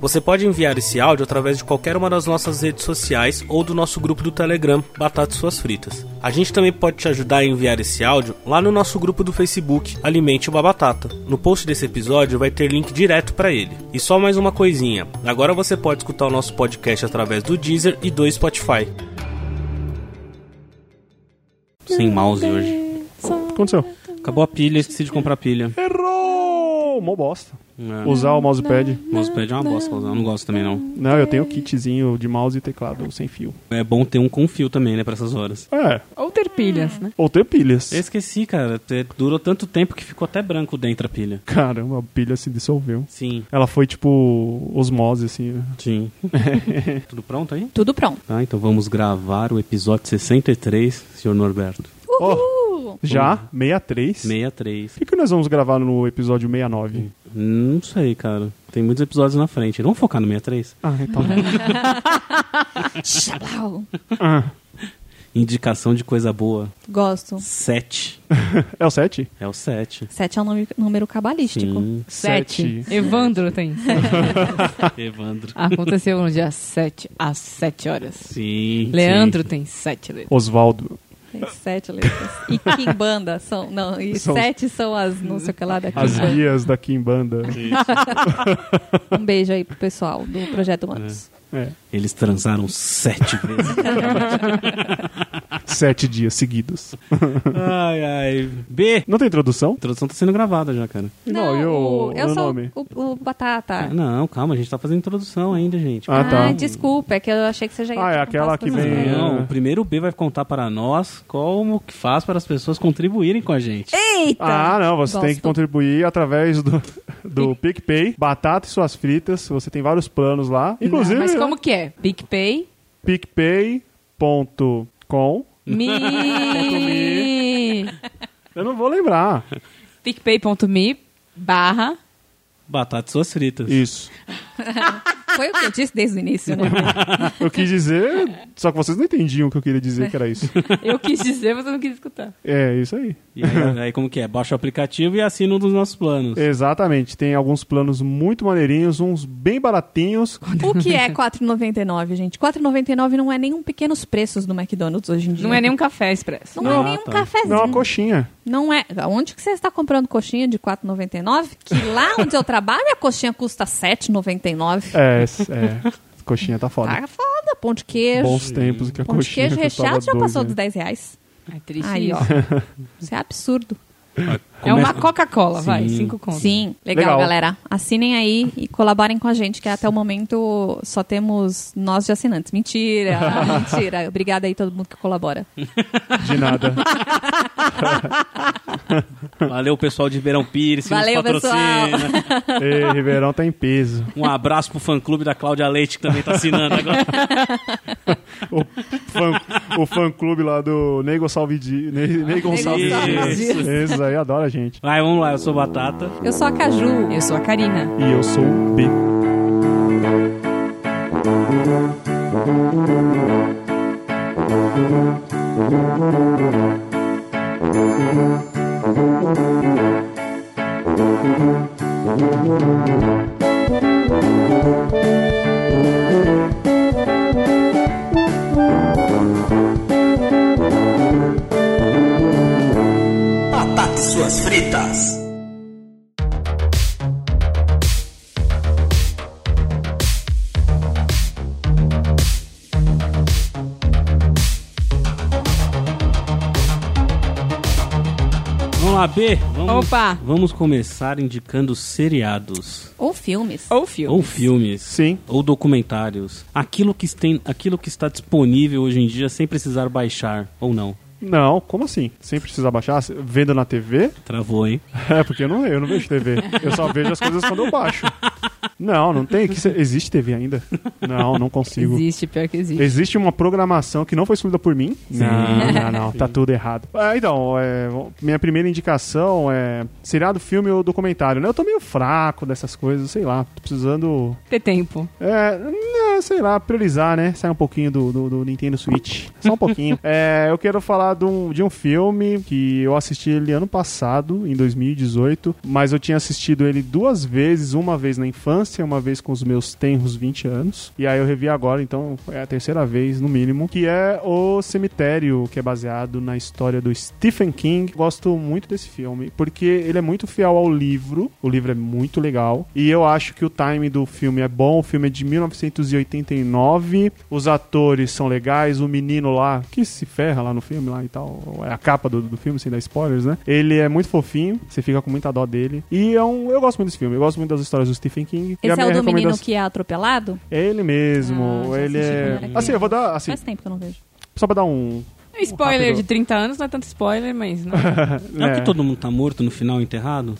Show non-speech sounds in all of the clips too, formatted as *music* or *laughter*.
Você pode enviar esse áudio através de qualquer uma das nossas redes sociais ou do nosso grupo do Telegram, Batatas Suas Fritas. A gente também pode te ajudar a enviar esse áudio lá no nosso grupo do Facebook, Alimente uma Batata. No post desse episódio vai ter link direto para ele. E só mais uma coisinha: agora você pode escutar o nosso podcast através do Deezer e do Spotify. Sem mouse hoje. Aconteceu. Acabou a pilha, esqueci de comprar pilha. Errou! Mó bosta. É. Usar o mousepad. Mousepad é uma bosta, eu não gosto também não. Não, eu tenho o kitzinho de mouse e teclado sem fio. É bom ter um com fio também, né, pra essas horas. É, Ou ter pilhas, né? ou ter pilhas. Eu esqueci, cara. Te- Durou tanto tempo que ficou até branco dentro a pilha. Caramba, a pilha se dissolveu. Sim, Ela foi tipo osmose, assim. né? sim. *laughs* Tudo pronto aí? Tudo pronto. Tá, então vamos gravar o episódio 63, senhor Norberto. Uhul! Já, 63. 63. O que, que nós vamos gravar no episódio 69? Não sei, cara. Tem muitos episódios na frente. Vamos focar no 63? Ah, então. Xalau. Ah, Indicação de coisa boa. Gosto. 7. é o 7? É o 7. Sete é um número, número cabalístico. Sim. Sete. Evandro tem. Evandro. Aconteceu no dia 7, às 7 horas. Sim. Leandro tem 7 letras. Osvaldo. Tem É, sete letras. E que banda são? Não, e São- sete são as não sei o que lá Ah. daqui. As guias da Kimbanda. Um beijo aí pro pessoal do Projeto Humanos. É. Sim. Eles transaram sete vezes. Sete dias seguidos. *laughs* ai, ai. B. Não tem introdução? A introdução tá sendo gravada já, cara. e o o- meu eu sou nome? O, o Batata. Não, calma, a gente tá fazendo introdução ainda, gente. Ah, tá. Ai, desculpa, é que eu achei que você já ia Ah, é contar aquela as que coisas vem- pra mim. Não, É. o primeiro B vai contar para nós como que faz para as pessoas contribuírem com a gente. Eita! Tá. Ah, não, você tem que Gosto. contribuir através do, do PicPay, Batata e Suas Fritas, você tem vários planos lá. Inclusive, né? Não, né, mas como que é? *laughs* PicPay? picpay.com. Me. Eu não vou lembrar. PicPay.me barra. Batata e suas fritas. *laughs* Isso. Foi o que eu disse desde o início, né? Eu quis dizer, só que vocês não entendiam o que eu queria dizer que era *laughs* isso. Eu quis dizer, você não quis escutar. É, isso aí. E aí, aí como que é? Baixa o aplicativo e assina um dos nossos planos. Exatamente. Tem alguns planos muito maneirinhos, uns bem baratinhos. O que é 4,99, gente? 4,99 não é nem um pequenos preços no McDonald's hoje em dia. Não é nem um café expresso. Não, Não, é nem um tá. cafezinho. Não, uma coxinha. Não é. Onde que você está comprando coxinha de 4,99? Que lá onde eu trabalho a coxinha custa 7,99. É, é. Coxinha tá foda. Tá foda. Pão de queijo. Bons tempos que a pão de coxinha queijo custava recheado já dois, passou né? dos 10 reais. É triste Aí, *laughs* ó. isso. Isso é absurdo. É uma Coca-Cola, Sim. vai. Cinco contos. Sim, legal, Legal. galera. Assinem aí e colaborem com a gente, que até o momento só temos nós de *laughs* assinantes. Mentira, mentira. Obrigada aí todo mundo que colabora. Tá. De nada. Valeu, pessoal de Ribeirão Pires, que Valeu, nos patrocina. Ei, Ribeirão tá em peso. Um abraço pro fã clube da Cláudia Leite, que também tá assinando agora. O fã, o fã clube lá do Ney Gonçalves Di- Ney, Ney Gonçalves Gonçalves Dias. Esse aí adora a gente. Vai, vamos lá, eu sou Batata. Eu sou a Caju. Eu sou a Karina. E eu sou o B. Batata e suas fritas. Vamos lá, B. Vamos, Opa. Vamos começar indicando seriados. Ou filmes. Ou filme. Ou filmes. Sim. Ou documentários. Aquilo que, tem, aquilo que está disponível hoje em dia sem precisar baixar. Ou não. Não, como assim? Sem precisar baixar? Vendo na TV? Travou, hein? É, porque eu não, eu não vejo TV. Eu só vejo as coisas quando eu baixo. Não, não tem. que ser- Existe TV ainda? Não, não consigo. Existe, pior que existe. Existe uma programação que não foi escolhida por mim. Não, não, não. Tá tudo errado. Ah, então, é, minha primeira indicação é seriado, filme ou documentário. Né? Eu tô meio fraco dessas coisas, sei lá. Tô precisando. Ter tempo. É, né, sei lá, priorizar, né? Sair um pouquinho do, do, do Nintendo Switch. Só um pouquinho. É, eu quero falar de um, de um filme que eu assisti ele ano passado, em 2018. Mas eu tinha assistido ele duas vezes. Uma vez na infância, uma vez com os meus tenros 20 anos. E aí eu revi agora, então é a terceira vez, no mínimo. Que é O Cemitério, que é baseado na história do Stephen King. Gosto muito desse filme, porque ele é muito fiel ao livro. O livro é muito legal. E eu acho que o time do filme é bom. O filme é de 1989. Os atores são legais. O menino lá, que se ferra lá no filme lá e tal. É a capa do, do filme, sem dar spoilers, né? Ele é muito fofinho. Você fica com muita dó dele. E é um, eu gosto muito desse filme. Eu gosto muito das histórias do Stephen King. e a Esse é minha o do menino recomendação- que é atropelado? É ele mesmo. Ah, já ele assisti quando é. era Assim, eu vou dar. Assim, Faz tempo que eu não vejo. só pra dar um. É spoiler rápido. de 30 anos, não é tanto spoiler, mas não. Não é É. que todo mundo tá morto no final, enterrado?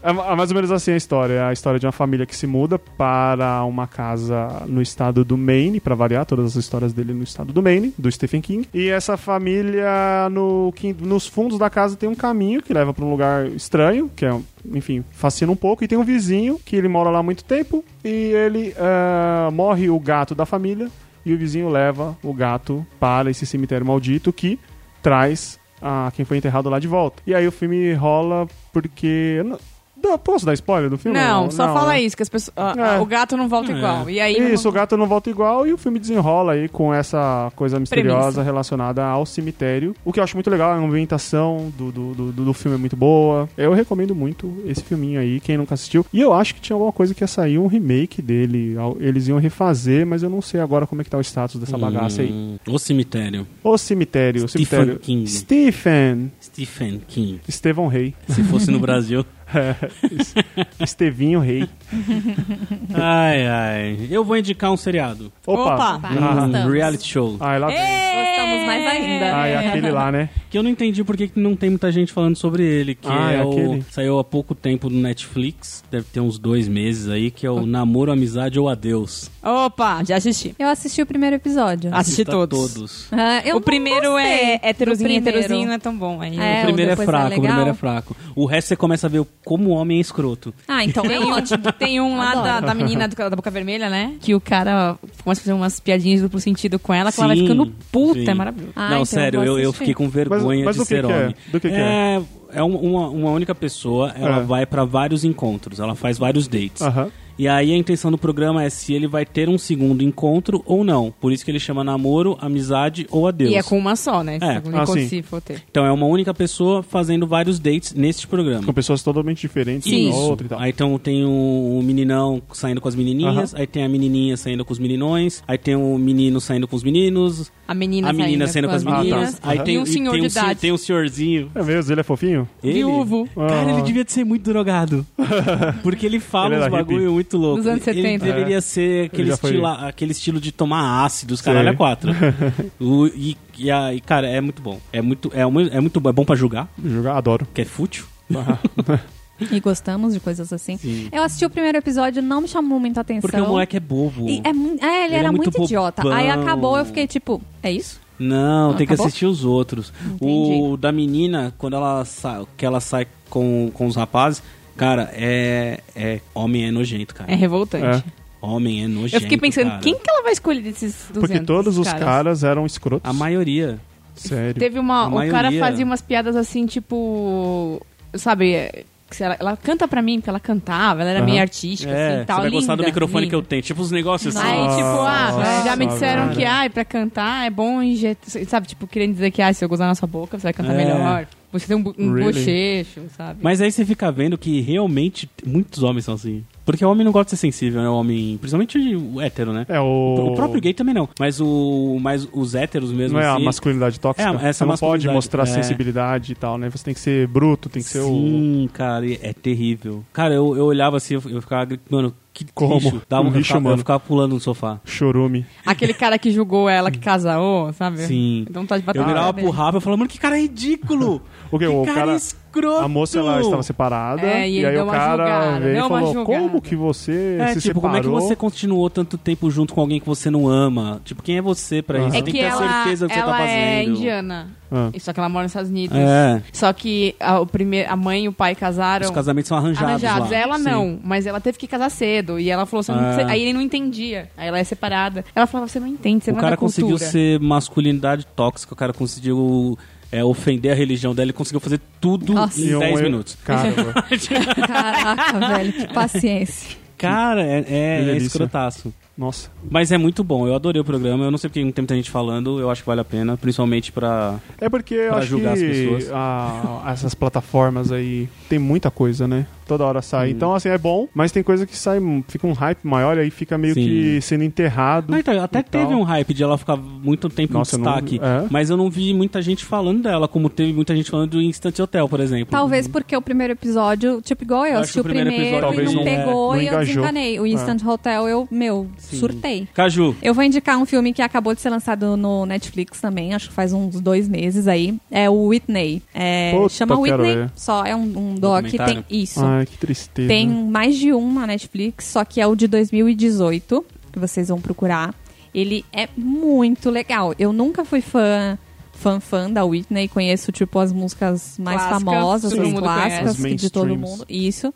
É ma- é mais ou menos assim a história. É a história de uma família que se muda para uma casa no estado do Maine, pra variar todas as histórias dele no estado do Maine, do Stephen King. E essa família, no, quin- nos fundos da casa, tem um caminho que leva pra um lugar estranho, que é, um- enfim, fascina um pouco. E tem um vizinho que ele mora lá há muito tempo e ele ah, morre o gato da família. E o vizinho leva o gato para esse cemitério maldito que traz a quem foi enterrado lá de volta. E aí o filme rola porque. Não- Não, posso dar spoiler do filme? Não, só fala né? isso, que as pessoas. ah, É. ah, O gato não volta É. igual. E aí. Isso, o gato não volta igual e o filme desenrola aí com essa coisa misteriosa Premissa. relacionada ao cemitério. O que eu acho muito legal, a ambientação do, do, do, do filme é muito boa. Eu recomendo muito esse filminho aí, quem nunca assistiu. E eu acho que tinha alguma coisa que ia sair um remake dele. ao- Eles iam refazer, mas eu não sei agora como é que tá o status dessa bagaça aí. Hum, O cemitério. O cemitério, o Stephen cemitério. King. Stephen. Stephen King. Estevão Rei. *laughs* Se fosse no Brasil. Estevinho Rei. Ai, ai. Eu vou indicar um seriado. Opa! Opa! Ah, Um Gostamos. reality show. Ai, lá vem. Gostamos mais ainda. Ai, aquele lá, né? Que eu não entendi por que que não tem muita gente falando sobre ele. Que Ah, é é o- aquele? Saiu há pouco tempo no Netflix. Deve ter uns dois meses aí. Que é o Namoro, Amizade ou Adeus. Opa, já assisti. Eu assisti o primeiro episódio. Assisti Tá todos. Ah, eu o não primeiro gostei é do heterozinho, primeiro. heterozinho não é tão bom. Aí É, o primeiro é depois tá fraco, o legal. primeiro é fraco. O resto você começa a ver como o homem é escroto. Ah, então *laughs* é Tem ótimo. um, tem um lá da, da menina do- da boca vermelha, né? Que o cara começa a fazer umas piadinhas de duplo sentido com ela, que ela vai Sim, ficando puta. sim. É maravilhoso. Ah, não, então sério, eu, vou eu assistir. fiquei com vergonha mas de do que ser que é? homem. Do que que é? É um- uma, uma única pessoa, ela Ah. vai pra vários encontros, ela faz vários dates. Aham. E aí a intenção do programa é se ele vai ter um segundo encontro ou não. Por isso que ele chama namoro, amizade ou adeus. E é com uma só, né? É, Segundo ah, enquanto sim. se for ter. Então é uma única pessoa fazendo vários dates neste programa. Com pessoas totalmente diferentes Sim. um Isso. da outra e tal. Aí então tem o, o meninão saindo com as menininhas, aí tem a menininha saindo com os meninões, aí tem o menino saindo com os meninos, A menina, a menina saindo com as meninas, Ah, tá. aí Aham. tem E um e senhor tem de se- idade. tem um senhorzinho. É mesmo, ele é fofinho? Ele? Viúvo. Cara, ele Ah. devia ser muito *laughs* drogado. Porque ele Ele fala era uns bagulho hippie. É. muito louco. Dos anos Ele 70. deveria ser aquele, já foi- estilo, aquele estilo de tomar ácido, os caralho a Sei. *laughs* quatro. O- e, e, a- e, cara, é muito bom. É muito, é, mu- é muito bom. É bom pra julgar, Jogar, adoro. que é fútil. E gostamos de coisas assim. Eu assisti o primeiro episódio, não me chamou muita atenção. *laughs* Porque o moleque é bobo. E é mu- é, ele, Ele é era muito muito, idiota. Aí bobão. acabou, eu fiquei tipo, é isso? Não, Ah, tem que acabou? assistir os outros. O da menina, quando ela sai, que ela sai com, com os rapazes, cara, é, é. Homem é nojento, cara. É revoltante. Homem é nojento. Eu fiquei pensando, cara. quem que ela vai escolher desses 200 Porque todos os caras? caras eram escrotos. A maioria. Sério. Teve uma... tipo, A o maioria- cara fazia umas piadas assim, tipo... Sabe... é, que se Ela, ela canta pra mim, porque ela cantava, ela era Aham. meio artística, É, assim, tal, você vai gostar do linda, microfone linda. que eu tenho. Tipo os negócios assim. Aí, Nossa, tipo, ah, já me cara. disseram que, ai, pra cantar é bom injetar. Sabe, tipo, querendo dizer que, ah, se eu gozar na sua boca, você vai cantar É. melhor. Você tem um, bo- um Really? bochecho, sabe? Mas aí você fica vendo que realmente muitos homens são assim. Porque o homem não gosta de ser sensível, né? O homem, principalmente o hétero, né? É o... O próprio gay também não. Mas, o, mas os héteros mesmo. Não é a assim, masculinidade tóxica. É, você essa não pode masculinidade, mostrar é. sensibilidade e tal, né? Você tem que ser bruto, tem que ser o... Sim, cara, e é terrível. Cara, eu, eu olhava assim, eu, eu ficava gritando, mano, que Como? lixo. Dá Um um lixo, lixo, eu mano. ficava pulando no sofá. Chorume. Aquele cara que julgou ela que casou, sabe? Sim. Então tá de bater Eu na virava cabeça. pro Rafa e falava, mano, que cara ridículo! *laughs* O quê? que O cara, cara- escroto! A moça ela estava separada É, e e, ele aí deu o uma cara julgada, veio deu e uma falou: julgada. Como que você É, se tipo, separou? como é que você continuou tanto tempo junto com alguém que você não ama? Tipo, quem é você pra isso? Aham. Você É tem que ter ela, certeza do que você ela tá fazendo. é indiana. Ah. Só que ela mora nos Estados Unidos. É. Só que a, o primeiro, a mãe e o pai casaram. Os casamentos são arranjados. Arranjados. lá. Ela Sim. não, mas ela teve que casar cedo. E ela falou assim: Ah. "Você- aí ele não entendia. Aí ela é separada. Ela falava: você não entende, você O não é da cara cultura. conseguiu ser masculinidade tóxica, o cara conseguiu é, ofender a religião dela, ele conseguiu fazer tudo Nossa. em E um- 10 minutos. *laughs* Caramba. Caraca, velho, que paciência. Cara, é, é, é delícia. escrotaço. Nossa. Mas é muito bom, eu adorei o programa. Eu não sei porque não tem muita gente falando, eu acho que vale a pena, principalmente pra. É porque eu Pra acho julgar as que pessoas. a- essas plataformas aí tem muita coisa, né? Toda hora sai. Então, assim, é bom, mas tem coisa que sai, fica um hype maior e aí fica meio Sim. que sendo enterrado. Ah, então, até e tal. teve um hype de ela ficar muito tempo Nossa, eu em não- destaque, é. mas eu não vi muita gente falando dela, como teve muita gente falando do Instant Hotel, por exemplo. Talvez porque o primeiro episódio, tipo, igual eu, Acho assisti o que o primeiro primeiro, episódio e não talvez não- pegou não e eu engajou. desencanei. O Instant Hotel, eu, meu, Sim. surtei. Caju, Eu vou indicar um filme que acabou de ser lançado no Netflix também, acho que faz uns dois meses aí. É o Whitney. É, Puta, chama eu quero Whitney, ver. Ah, só é um, um doc. Documentário? Tem isso. Ai, que tristeza. Tem mais de um na Netflix, só que é o de 2018, que vocês vão procurar. Ele é muito legal. Eu nunca fui fã fã fã da Whitney, conheço tipo as músicas mais Clássicas, famosas, todo as mundo clássicas conhece. que de todo Mainstreams. mundo, isso.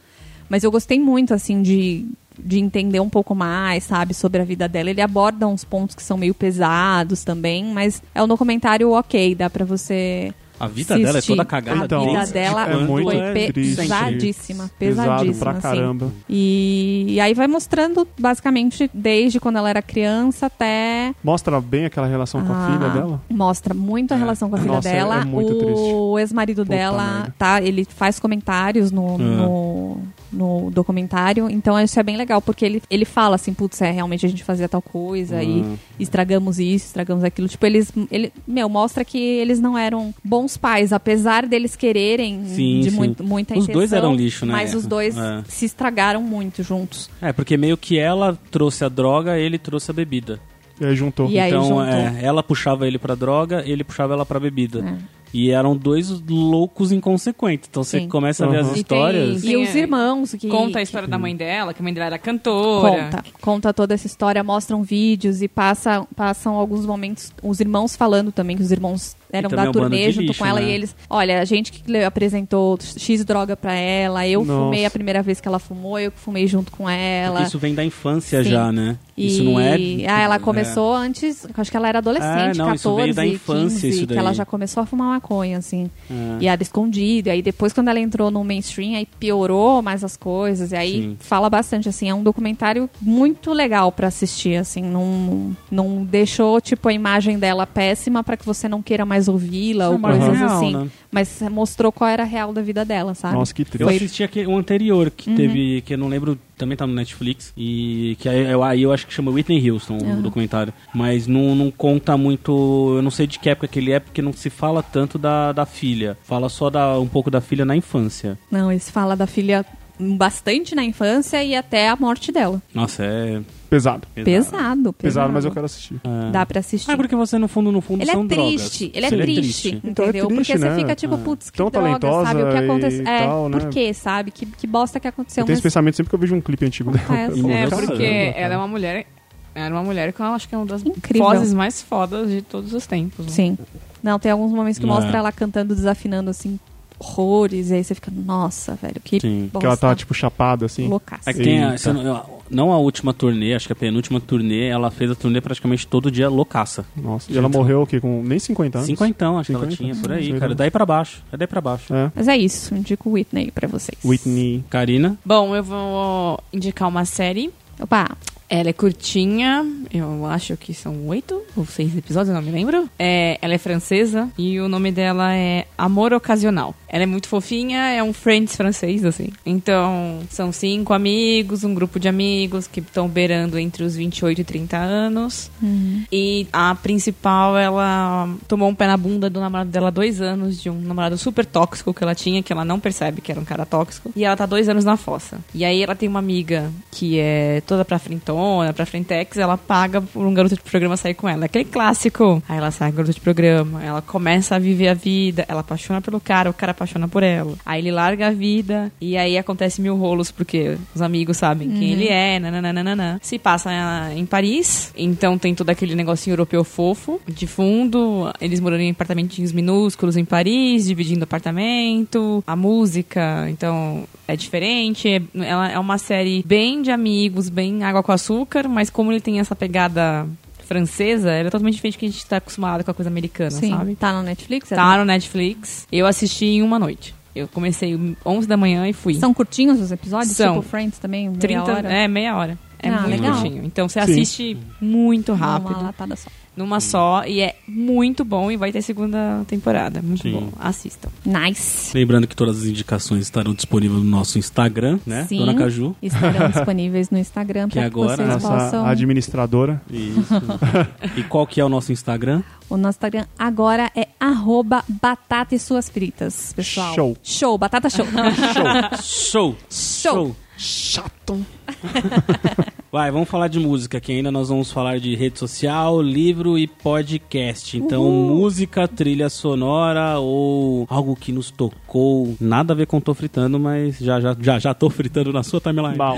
Mas eu gostei muito assim de de entender um pouco mais, sabe, sobre a vida dela. Ele aborda uns pontos que são meio pesados também, mas é um documentário ok, dá pra você a vida assistir. dela é toda A cagada. Então, vida desde dela é muito foi triste. pesadíssima, Pesado pesadíssima, pra assim. caramba. E, e aí vai mostrando, basicamente, desde quando ela era criança até. Mostra bem aquela relação com a Ah, filha dela. Mostra muito a relação com a filha Nossa, é- dela. é muito o triste. ex-marido Puta dela, merda. É. tá? Ele faz comentários no, no, no documentário. Então isso é bem legal, porque ele, ele fala assim, putz, é, realmente a gente fazia tal coisa Ah. Hum. e estragamos isso, estragamos aquilo. Tipo, eles. Ele, meu, mostra que eles não eram bons pais, apesar deles quererem Sim, de sim. muito- muita Os dois intenção, eram lixo, né? Mas os dois É. se estragaram muito juntos. É, porque meio que ela trouxe a droga, ele trouxe a bebida. E aí juntou. E aí então, juntou. é, ela puxava ele pra droga, ele puxava ela pra bebida. É. E eram dois loucos inconsequentes. Então você Sim. começa a ver Aham. as E histórias. tem- E os irmãos que é. Conta a que- história da mãe dela, que hum. a mãe dela era cantora. Conta, conta toda essa história, mostram vídeos e passa, passam alguns momentos, os irmãos falando também, que os irmãos eram também é da um bando turnê de junto lixo, com ela né? e eles, olha, a gente que le- apresentou X droga pra ela, eu Nossa. fumei a primeira vez que ela fumou, eu que fumei junto com ela. Porque Isso vem da infância Sim. já, né? E- Isso não é. Ah, ela é. começou antes, acho que ela era adolescente, É, não, 14, isso veio da infância, 15, isso que daí. ela já começou a fumar maconha, assim. É. E era escondido. E aí depois, quando ela entrou no mainstream, aí piorou mais as coisas. E aí Sim. fala bastante, assim. É um documentário muito legal pra assistir, assim. Não, não deixou, tipo, a imagem dela péssima pra que você não queira mais ouvi-la Isso é ou mais coisas real, assim. né? Mas mostrou qual era a real da vida dela, sabe? Nossa, que Eu triste. assisti aquele, o anterior, Uhum. que teve, que eu não lembro, também tá no Netflix, e que aí eu, aí eu acho que chama Whitney Houston, Uhum. o documentário. Mas não, não conta muito, eu não sei de que época que ele é, porque não se fala tanto da, da filha. Fala só da, um pouco da filha na infância. Não, eles falam da filha bastante na infância e até a morte dela. Nossa, é... Pesado. Pesado, pesado. Pesado, mas eu quero assistir. É. Dá pra assistir. Ah, porque você, no fundo, no fundo, Ele é são drogas. triste, ele é Sim. triste, Então é entendeu? triste, Porque né? você fica tipo, Ah. putz, que Tão droga, sabe? O que talentosa aconteceu? e É, tal, né? por quê, sabe? Que, que bosta que aconteceu. Eu tenho Mas esse pensamento sempre que eu vejo um clipe antigo dela. *laughs* Eu Acontece. falo, É, Nossa, "Caramba, porque cara." ela é uma mulher. Era uma mulher que eu acho que é uma das Incrível. vozes mais fodas de todos os tempos. né? Sim. Não, tem alguns momentos que É. mostra ela cantando, desafinando, assim, horrores. E aí você fica, nossa, velho, que Sim. bosta. Que ela tá, tipo, chapada, assim. loucaça. É que tem a- Eita. se eu não, eu- não a última turnê, acho que a penúltima turnê, ela fez a turnê praticamente todo dia loucaça. Nossa. E ela morreu o quê? Com nem 50 anos? Cinquentão, acho que 50? ela tinha, por aí, Sei cara. não. Daí pra baixo, é daí pra baixo. É. Mas é isso, indico Whitney pra vocês. Whitney. Karina, Bom, eu vou indicar uma série. Opa, Ela é curtinha, eu acho que são oito ou seis episódios, eu não me lembro. É, ela é francesa e o nome dela é Amor Ocasional. Ela é muito fofinha, é um Friends francês, assim. Então, são cinco amigos, um grupo de amigos que estão beirando entre os 28 e 30 anos. E a principal, ela tomou um pé na bunda do namorado dela há dois anos, de um namorado super tóxico que ela tinha, que ela não percebe que era um cara tóxico. E ela tá dois anos na fossa. E aí ela tem uma amiga que é toda pra frentona, pra frentex, ela paga por um garoto de programa sair com ela. Aquele clássico. Aí ela sai com o garoto de programa, ela começa a viver a vida, ela apaixona pelo cara, o cara apaixona por ela. Aí ele larga a vida, e aí acontece mil rolos, porque os amigos sabem quem Uhum. ele é, nananana. Se passa ah, em Paris, então tem todo aquele negocinho europeu fofo. De fundo, eles morando em apartamentinhos minúsculos em Paris, dividindo apartamento, a música, então é diferente. é- Ela é uma série bem de amigos, bem água com açúcar, mas como ele tem essa pegada francesa, ela é totalmente diferente do que a gente tá acostumado com a coisa americana, Sim, sabe? tá no Netflix? é? Tá no Netflix. Eu assisti em uma noite. Eu comecei 11 da manhã e fui. São curtinhos os episódios? São. Tipo Friends também? meia 30, hora? é, meia hora. É Ah, muito legal. curtinho. Então você Sim. assiste muito Uma rápido, latada só. numa só, e é muito bom e vai ter segunda temporada. Muito Sim. bom. Assistam. Nice. Lembrando que todas as indicações estarão disponíveis no nosso Instagram, né? Sim. Dona Caju. Estarão *laughs* disponíveis no Instagram Que para que agora vocês Nossa possam... administradora. Isso. e qual que é o nosso Instagram? O nosso Instagram agora é arroba batata e suas fritas, pessoal. Show. Show, batata *laughs* show. Show! Show. Chato. *laughs* Vai, vamos falar de música, que ainda nós vamos falar de rede social, livro e podcast. Então, música, trilha sonora ou algo que nos tocou. Nada a ver com tô fritando, mas já já, já, já tô fritando na sua timeline. Bah,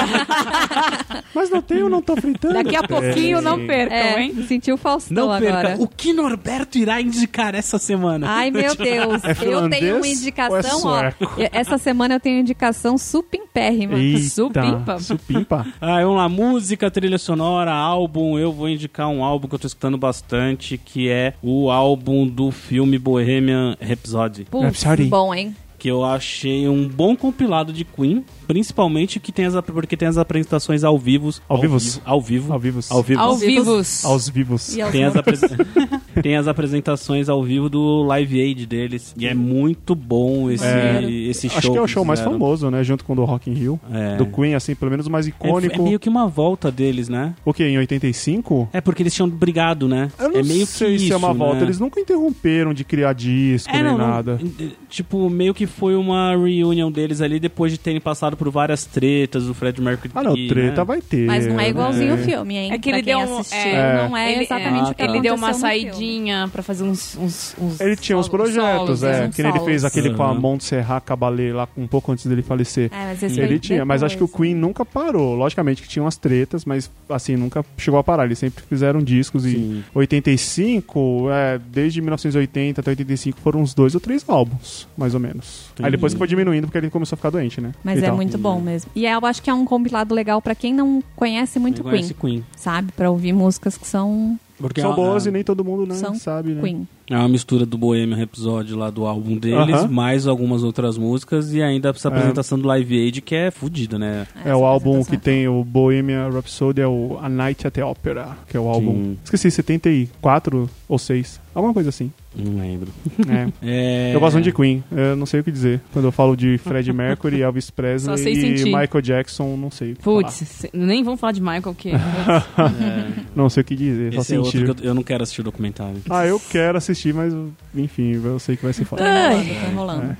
oi. *laughs* Mas não tem, eu não tô fritando. É. Daqui a pouquinho não percam, É, hein? me senti o Faustão É. Não perca, agora. o *laughs* que Norberto irá indicar essa semana? Ai, meu Deus. É eu finlandês tenho ou uma é indicação, ó. sueco? E- Essa semana eu tenho indicação supimpérrima. Eita, Supimpa. Supimpa. Ah, vamos lá, música, trilha sonora, álbum. Eu vou indicar um álbum que eu tô escutando bastante, que é o álbum do filme Bohemian Rhapsody, I'm Putz, sorry. bom, hein? que eu achei um bom compilado de Queen, principalmente que tem as, porque tem as apresentações ao vivo. Ao vivos. vivo, Ao vivo. Ao vivos. Ao vivo. Ao vivos. vivos. Aos vivos. E aos Tem as, mortos. apres- *laughs* tem as apresentações ao vivo do Live Aid deles. E é muito bom esse, É, esse show. Acho que é o show mais fizeram. famoso, né? Junto com o do Rock in Rio. É. Do Queen, assim, pelo menos o mais É, é icônico. meio que uma volta deles, né? O que, em 85? É porque eles tinham brigado, né? Eu não é sei meio que se é isso, uma volta. né? É, Eles nunca interromperam de criar É, disco nem nada. Tipo, meio que foi uma reunião deles ali depois de terem passado por várias tretas do Fred Mercury. né? Ah, não, treta vai ter. Mas não é igualzinho o né? filme, hein? É que ele pra deu quem um- assistiu, é. não é Ele- exatamente é, o que ele Ele deu uma aconteceu no filme. saidinha pra fazer uns. uns, uns Ele tinha uns solo- projetos, solos, é. uns Que nem ele fez solos. aquele com a Aham. Montserrat Caballé lá um pouco antes dele falecer. É, mas esse foi Ele tinha, mas acho que o depois. né? Queen nunca parou. Logicamente que tinha umas tretas, mas assim, nunca chegou a parar. Eles sempre fizeram discos Sim. e 85, é, desde 1980 até 85 foram uns dois ou três álbuns, mais ou menos. Aí Entendi. depois foi diminuindo porque ele começou a ficar doente, né? Mas E é tal. muito bom mesmo. E eu acho que é um compilado legal pra quem não conhece muito Queen, Queen. Queen. sabe? Pra ouvir músicas que são Porque São é, boas e é, nem todo mundo né, são sabe, né? Queen. é uma mistura do Bohemian Rhapsody lá do álbum deles, Aham. mais algumas outras músicas e ainda essa apresentação do Live Aid que é fodida, né? É o álbum que tem o Bohemia Rhapsody, é o A Night at the Opera, que é o álbum. Sim. Esqueci, 74 ou 6. Alguma coisa *laughs* assim. Não lembro. É. É... Eu gosto muito de Queen. Eu não sei o que dizer. Quando eu falo de Fred *laughs* Mercury, Elvis Presley Só sei e sentir. Michael Jackson, não sei. o que Putz, falar. se- nem vamos falar de Michael, que. *laughs* *laughs* É, Não sei o que dizer, só esse é outro sentir. que eu, eu não quero assistir o documentário. Ah, eu quero assistir, mas enfim, eu sei que vai ser foda. Tá enrolando, tá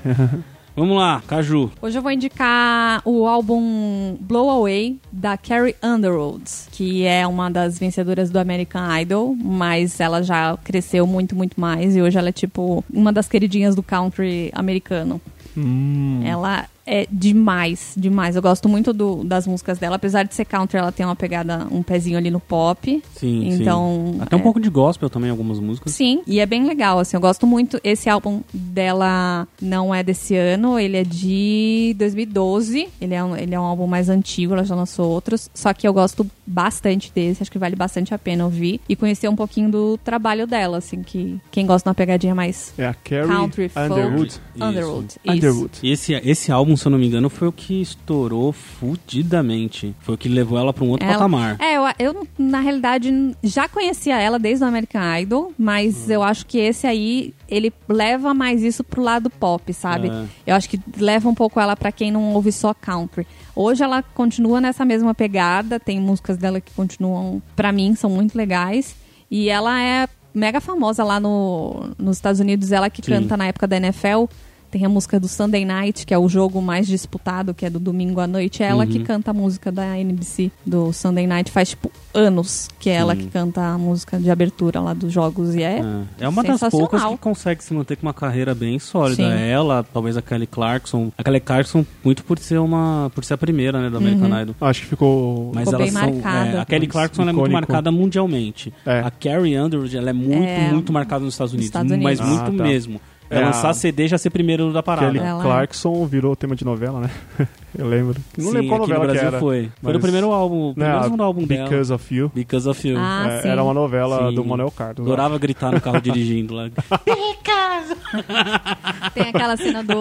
enrolando. Vamos lá, Caju. Hoje eu vou indicar o álbum Blow Away, da Carrie Underwood, que é uma das vencedoras do American Idol, mas ela já cresceu muito, muito mais e hoje ela é tipo uma das queridinhas do country americano. Hum. Ela é demais, demais. Eu gosto muito do- das músicas dela. Apesar de ser country, ela tem uma pegada, um pezinho ali no pop. Sim, Então, sim. Até um é. pouco de gospel também, algumas músicas. Sim, e é bem legal, assim, eu gosto muito. Esse álbum dela não é desse ano, ele é de 2012. Ele é um, ele é um álbum mais antigo, ela já lançou outros. Só que eu gosto bastante desse, acho que vale bastante a pena ouvir. E conhecer um pouquinho do trabalho dela, assim, que quem gosta de uma pegadinha mais É a Carrie country, Underwood. folk, Underwood. Isso. Underwood. E Esse, esse álbum álbum, se eu não me engano, foi o que estourou fudidamente. Foi o que levou ela pra um outro Ela- patamar. É, eu, eu, na realidade n- já conhecia ela desde o American Idol, mas Hum. eu acho que esse aí ele leva mais isso pro lado pop, sabe? É. Eu acho que leva um pouco ela pra quem não ouve só country. Hoje ela continua nessa mesma pegada, tem músicas dela que continuam, pra mim, são muito legais. E ela é mega famosa lá no, nos Estados Unidos, ela que Sim. canta na época da NFL. Tem a música do Sunday Night, que é o jogo mais disputado, que é do domingo à noite. É ela Uhum. que canta a música da NBC do Sunday Night faz, tipo, anos que é ela que canta a música de abertura lá dos jogos. E é. É, é uma das sensacional. poucas que consegue se manter com uma carreira bem sólida. É Sim. Ela, talvez a Kelly Clarkson. A Kelly Clarkson, muito por ser uma. por ser a primeira, né, da American Idol. Acho que ficou. Mas Uhum. Ficou elas bem são. marcada. é, a Kelly Isso, Clarkson ela é muito icônico. marcada mundialmente. É. A Carrie Underwood ela é muito, É, muito marcada nos Estados nos Unidos. Estados Unidos. É Mas Ah, muito tá. mesmo. É, É, lançar a- CD já ser primeiro da parada. Kelly é. Ela- Clarkson virou tema de novela, né? *laughs* Eu lembro. Não Sim, lembro qual aqui no novela que Brasil era. foi. Foi mas- o primeiro álbum, o primeiro Né, a segundo álbum dela. Because of You. Because of You. Ah, É, sim. era uma novela Sim. do Manuel Carlos. eu Adorava gritar no carro *laughs* dirigindo lá. Tem aquela cena do.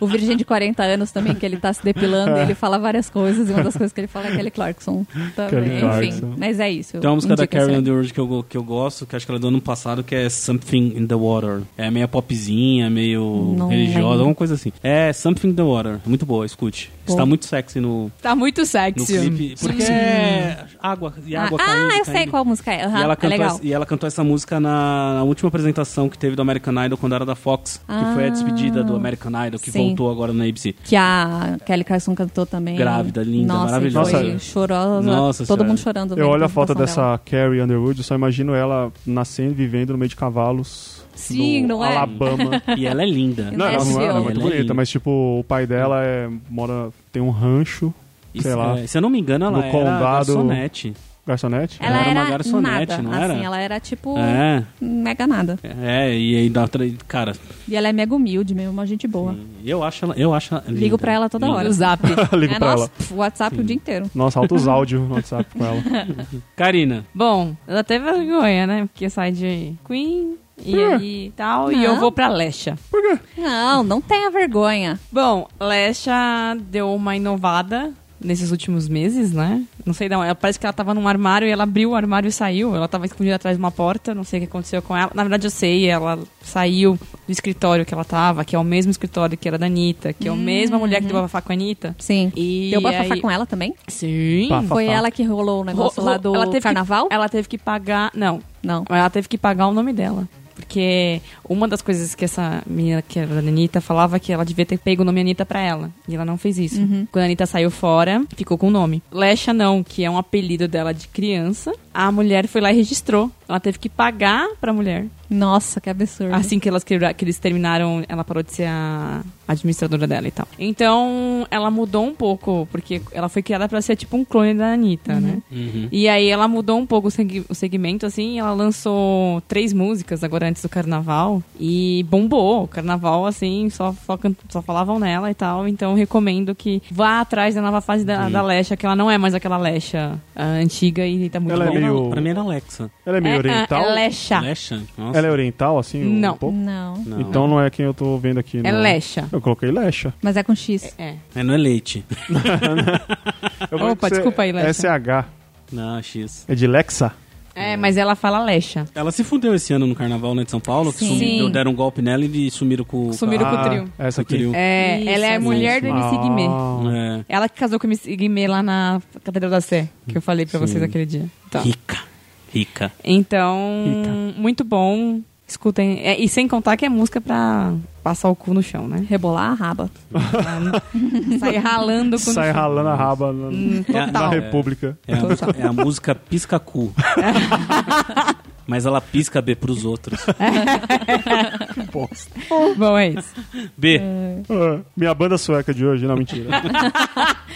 O Virgem de 40 anos também, que ele tá se depilando e ele fala várias coisas. E uma das coisas que ele fala é Kelly Clarkson também. Kelly Enfim, Clarkson. mas é isso. Tem uma música da Indica essa Carrie aí. Underwood que eu, go- que eu gosto, que acho que ela é do ano passado, que é Something in the Water. É meio popzinha, meio Não religiosa, lembro. alguma coisa assim. É Something in the Water. Muito boa, escute. Bom. Está muito sexy no, Tá muito no sexy. clipe. Porque *laughs* é água, e Ah, água caindo, ah, eu sei caindo. qual música é. Aham, E ela, é cantou assim. legal. essa, e ela cantou essa música na, na última apresentação que teve do American Idol quando era da Fox, que foi a Ah. despedida do American Idol, que Sim. voltou agora na ABC. Que a Kelly Carson cantou também. Grávida, linda, Nossa, e maravilhosa. Foi chorosa. Nossa todo senhora. mundo chorando. né, eu na olho a foto apresentação dessa dela. Carrie Underwood, eu só imagino ela nascendo e vivendo no meio de cavalos. Sim, do não é? Alabama. E ela é linda. Não, ela não Nashville. é, ela é muito Ela é bonita, linda. mas tipo, o pai dela é, mora, tem um rancho, E sei se- lá, é, se eu não me engano, ela No era condado- garçonete. garçonete. é? Ela Ela era era, uma garçonete, nada, não assim, era? ela era tipo É, mega nada. é, e aí dá outra. Cara, E ela é mega humilde mesmo, uma gente boa. eu acho ela. Eu acho ela linda. Ligo pra ela toda Linda. hora. O zap. Ligo é pra nossa, ela. pf, WhatsApp o dia inteiro. Nossa, altos áudios no WhatsApp com ela. Karina, Bom, eu até vergonha, né? Porque sai de Queen e aí tal. E eu Não. vou pra Lesha. Não, não tenha vergonha. Bom, Lesha deu uma inovada nesses últimos meses, né? Não sei não, ela- parece que ela tava num armário e ela abriu o armário e saiu. Ela tava escondida atrás de uma porta, não sei o que aconteceu com ela. Na verdade eu sei, ela saiu do escritório que ela tava, que é o mesmo escritório que era da Anitta, que é a mesma mulher que deu bafafá com a Anitta. Sim. E Deu pra fafar aí- com ela também? Sim. Bafafá. Foi ela que rolou o negócio lá do teve que- carnaval? ela teve que pagar, não, Não. mas Ela teve que pagar o nome dela. Porque uma das coisas que essa menina, que era da Anitta, falava que ela devia ter pego o nome Anitta pra ela. E ela não fez isso. Quando a Anitta saiu fora, ficou com o nome. Lesha não, que é um apelido dela de criança. A mulher foi lá e registrou. Ela teve que pagar pra mulher. Nossa, que absurdo. Assim que, elas, quebra- que eles terminaram, ela parou de ser a administradora dela e tal. Então, ela mudou um pouco, porque ela foi criada pra ser tipo um clone da Anitta, né? E aí ela mudou um pouco o seg- o segmento, assim, ela lançou três músicas agora antes do carnaval e bombou. O carnaval, assim, só, só, can- só falavam nela e tal. Então, eu recomendo que vá atrás da nova fase da, da Lesha, que ela não é mais aquela Lesha ah, antiga e tá muito Ela bom. é pra mim era- meio- pra mim era Alexa. Ela é meio É, ah, oriental? é Tá. Lesha. Lesha? Nossa. Ela é oriental, assim, Não. um pouco? Não. Não. Então não é quem eu tô vendo aqui. É no- Lesha. Eu coloquei Lecha. Mas é com X. É. É, não é leite. Eu vou Opa, dizer desculpa aí, Lecha. SH. Não, X. É de Lexa? É, mas ela fala Lesha. Ela se fundeu esse ano no carnaval, né, de São Paulo, que Sim. sumiu, deram um golpe nela e sumiram com o Sumiram carro. com o trio. Ah, Essa Com o aqui. trio. É, Isso, ela é a essa mulher do mesmo. MC Guimê. Ah. É. Ela que casou com o MC Guimê lá na Catedral da Sé, que eu falei pra Sim. vocês aquele dia. Tá. Rica. Rica. Então, muito bom. Escutem. É, e sem contar que é música pra passar o cu no chão, *laughs* né? Rebolar a raba. Sair ralando com Sai ralando a raba na, na Tá. Total. República. É Então tá. a, é a música *laughs* pisca cu. Mas ela pisca B pros outros. É. Bom, é isso. B. Ah, minha banda sueca de hoje, não, mentira.